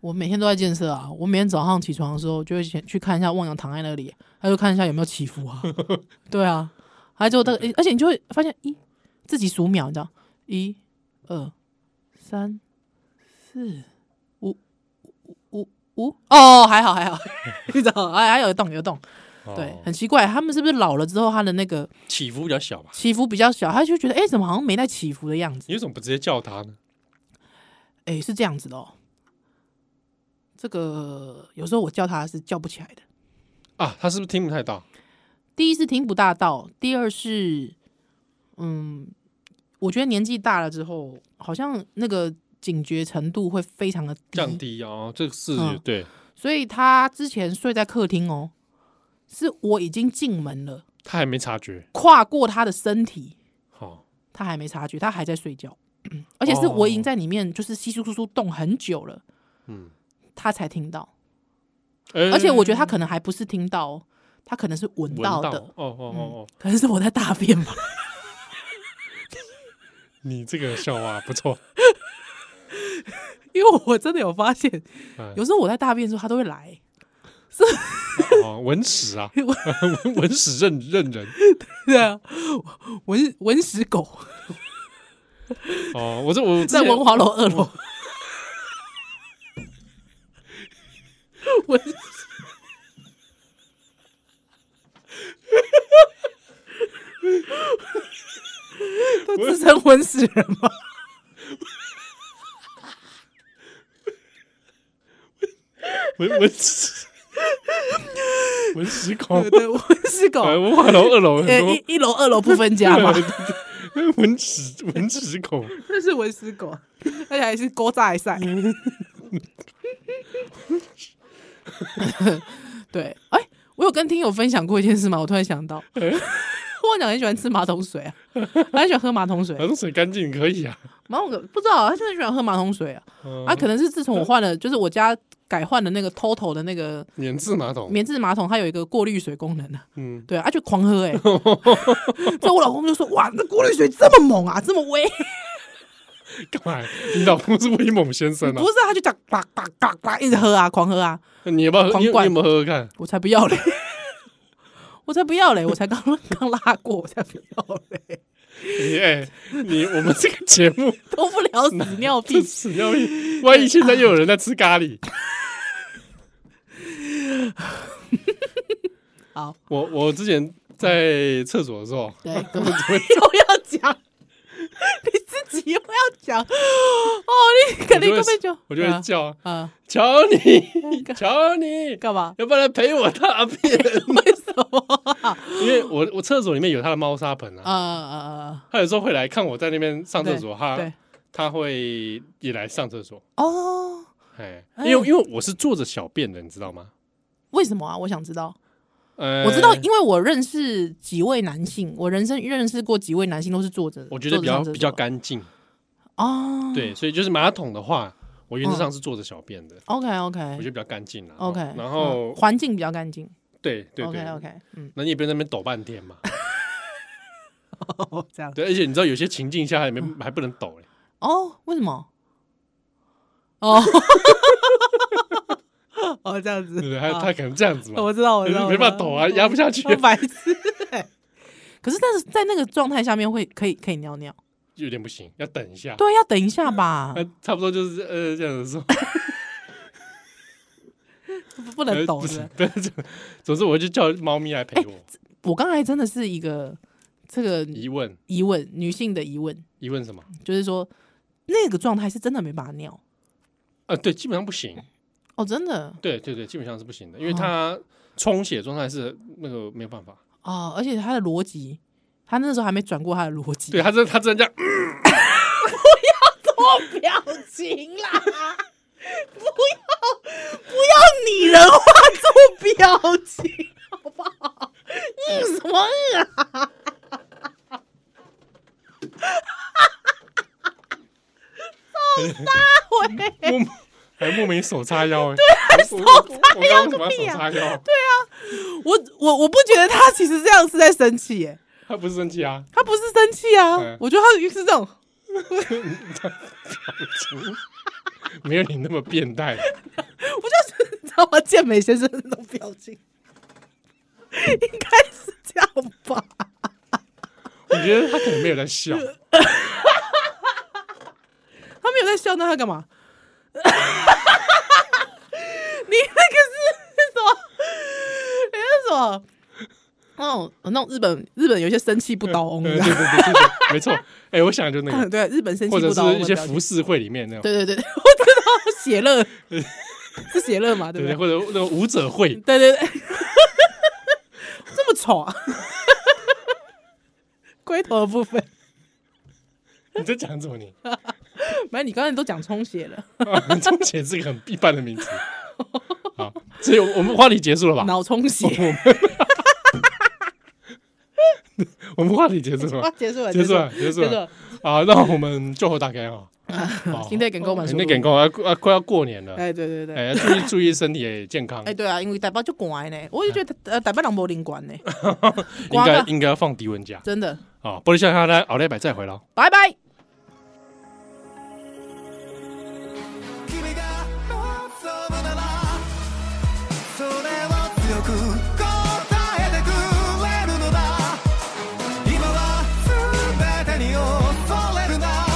S3: 我每天都在建设啊！我每天早上起床的时候，就会先去看一下汪洋躺在那里，他就看一下有没有起伏啊。对啊，还就他，诶而且你就会发现一自己数秒，你知道，一、二、三、四、五、五、五、五哦，还好还好， [laughs] 你知道，还还有动有动，对，
S2: 哦
S3: 很奇怪，他们是不是老了之后，他的那个
S2: 起伏比较小吧？
S3: 起伏比较小，他就觉得哎、诶怎么好像没在起伏的样子？
S2: 你为什么不直接叫他呢？
S3: 哎、是这样子的哦。这个有时候我叫他是叫不起来的。
S2: 啊，他是不是听不太到？
S3: 哎第一是听不大到，第二是，嗯，我觉得年纪大了之后，好像那个警觉程度会非常的低，
S2: 降低哦，这个是
S3: 嗯
S2: 对
S3: 所以他之前睡在客厅哦，是我已经进门了，
S2: 他还没察觉，
S3: 跨过他的身体，
S2: 好，
S3: 他还没察觉，他还在睡觉， [clears throat] 而且是我已经在里面就是稀稀疏疏动很久了，
S2: 哦嗯，
S3: 他才听到，
S2: 而
S3: 而
S2: 哎
S3: 且我觉得他可能还不是听到哦，他可能是闻
S2: 闻
S3: 到
S2: 到
S3: 的，嗯
S2: 哦哦哦哦，
S3: 可能是我在大便吧。
S2: 你这个笑话不错，
S3: 因为我真的有发现
S2: 嗯，
S3: 有时候我在大便的时候，他都会来。 [laughs]
S2: 哦，文史啊， [laughs]
S3: 我
S2: 文文史认认人
S3: 对啊，文文石狗
S2: 哦，我这我之
S3: 在
S2: 前
S3: 文华楼二楼。
S2: [laughs]
S3: 文，他自称文史人吗？
S2: 文文史文史狗
S3: [laughs] 对，对，文哎石狗，
S2: 呃，文化楼二楼很
S3: 呃，
S2: 多
S3: 一一楼二楼不分家嘛，
S2: 文史文史狗，
S3: 那是文石狗， [laughs] 而且还是勾扎一赛。 [laughs] 对，哎、我有跟听友分享过一件事吗？我突然想 [laughs] 到，我讲很喜欢吃马桶水啊，他很喜欢喝马桶水，
S2: 反正水干净可以啊，
S3: 马桶不知道，他就很喜欢喝马桶水啊。
S2: 嗯
S3: 啊，可能是自从我换了，就是我家改换了那个 TOTO 的那个
S2: 免治马桶，
S3: 免治马桶，它有一个过滤水功能啊。
S2: 嗯，
S3: 对啊，就狂喝 [laughs] 哎、欸。所以我老公就说：“哇，那过滤水这么猛啊，这么威。”
S2: 干嘛？你老公是威猛先生啊
S3: 不？是，他就讲呱呱呱呱，一直喝啊，狂喝啊，
S2: 你要不要喝？
S3: 狂
S2: 你你有
S3: 灌
S2: 没有喝喝看？
S3: 我才不要嘞， [laughs] 我才不要嘞，我才刚 [laughs] 刚拉过，我才不要嘞，
S2: 你哎，你我们这个节目
S3: [laughs] 脱不了屎尿屁
S2: [laughs] 这。屎尿屁，万一现在又有人在吃咖喱，
S3: [laughs] 好，
S2: 我我之前在厕所的时候，
S3: 对，各位又要讲， [laughs] 你自己又要讲，哦，你肯定
S2: 我就
S3: 根本
S2: 会
S3: 就
S2: 我就会叫啊 [laughs]
S3: 啊，
S2: 乔你，乔你
S3: 嗯，干嘛？ [laughs]
S2: 要不要来陪我大便？
S3: 为什么
S2: [laughs]
S3: 啊？
S2: 因为我我厕所里面有他的猫砂盆啊，
S3: 啊啊啊！
S2: 他有时候会来看我在那边上厕所，
S3: 对
S2: 他他会也来上厕所，
S3: 哦，
S2: 哎，
S3: 哎
S2: 因为因为我是坐着小便的，你知道吗？
S3: 为什么啊？我想知道。
S2: 呃
S3: 我知道，因为我认识几位男性，我人生认识过几位男性都是坐着，
S2: 我觉得比较
S3: 坐着上厕所
S2: 比较干净，
S3: 哦。
S2: 对，所以就是马桶的话，我原则上是坐着小便的，
S3: ，OK
S2: 我
S3: OK
S2: 觉得比较干净啦。
S3: 嗯 OK，嗯
S2: 然后
S3: 环境比较干净。
S2: 对对对
S3: OK OK，嗯，
S2: 那你也不用在那边抖半天嘛。
S3: 哦 [laughs] 这样嗯
S2: 对，而且你知道有些情境下还没还不能抖嘞，欸
S3: 哦，为什么？哦， [laughs] 哦这样子，
S2: 对不对？他
S3: 啊
S2: 他可能这样子嘛，
S3: [laughs] 我知道我知道，
S2: 没办法抖啊，压不下去
S3: 我，白痴欸。可是，但是在那个状态下面会可以可以尿尿，
S2: 有点不行，要等一下。
S3: 对，啊要等一下吧，
S2: 那差不多就是呃这样子说，
S3: 不不哎能抖
S2: 呃不是
S3: 的。
S2: 不是， [laughs] 总之我就叫猫咪来陪我。
S3: 我刚才真的是一个这个
S2: 疑问
S3: 疑问，女性的疑问，
S2: 疑问什么？
S3: 就是说那个状态是真的没办法尿
S2: 啊，对，基本上不行。
S3: 哦，真的
S2: 对对对，基本上是不行的，
S3: 哦
S2: 因为它充血状态是那个没有办法。
S3: 哦，而且他的逻辑，他那时候还没转过他的逻辑，
S2: 对，啊他这他这样，嗯
S3: [laughs] 表情啦，不啊
S2: [laughs]
S3: [laughs]
S2: 莫名 [laughs] 还莫名手叉腰、欸，哎对，手叉腰我刚刚为什么要手叉腰？对，
S3: 我我我不觉得他其实这样是在生气耶，
S2: 他不是生气啊，
S3: 他不是生气啊
S2: 嗯，
S3: 我觉得他是这种，
S2: 没有你那么变态。
S3: 我就是你知道吗？健美先生的那种表情，应该是这样吧？
S2: 我觉得他可能没有在笑，
S3: 他没有在笑，那他干嘛？ [laughs] 你那个是什么？你那是什么？哦，那种日本日本有一些生气不倒翁，
S2: 呃
S3: 你
S2: 对
S3: 知道
S2: 对
S3: 吗
S2: 对对对，没错。哎，我想就那个，
S3: [laughs] 对，日本生气
S2: 或者
S3: 不倒翁
S2: 是
S3: 的
S2: 一些
S3: 表情
S2: 服饰会里面那种，
S3: 对对对， [laughs] 对我知道
S2: [laughs]
S3: 写乐是写乐嘛，对
S2: 对
S3: 不
S2: 对，
S3: 对？
S2: 或者那种舞者会，
S3: 对对对， [laughs] 这么丑啊！ [laughs] 龟头的部分，
S2: 你在讲什么你？啊
S3: 反正你刚才都讲充血了，
S2: 中写是一个很一般的名词。好，所以我们话题结束了吧？
S3: 脑充血。
S2: [laughs] 我们话题结束了
S3: 哇，
S2: 吧。
S3: [laughs] 哦结束了，
S2: 哦结束了
S3: 了，
S2: 结束
S3: 结
S2: 了
S3: 束了。
S2: 好，啊 [laughs] 那我们就后大概啊， [laughs] 好
S3: 今天给购买
S2: 哎
S3: 书，
S2: 那点工啊，快快要过年了，
S3: 哎，对对对。
S2: 哎，注意注意身体也健康
S3: [laughs] 哎，，对啊，因为台北就乖呢，我就觉
S2: 哎
S3: 得呃台北人无灵感呢，
S2: 应该
S3: 乖的
S2: 应该要放低温假
S3: 真的，
S2: 啊，玻璃下下来熬一百再回来。
S3: 拜拜。
S1: 君が望むならそれを強く答えてくれるのだ今は全てに恐れるな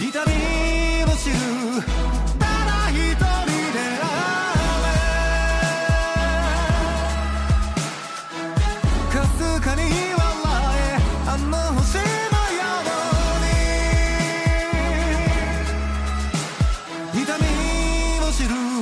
S1: 痛みも知るただ一人であれかすかに笑えあの星のように痛みを知る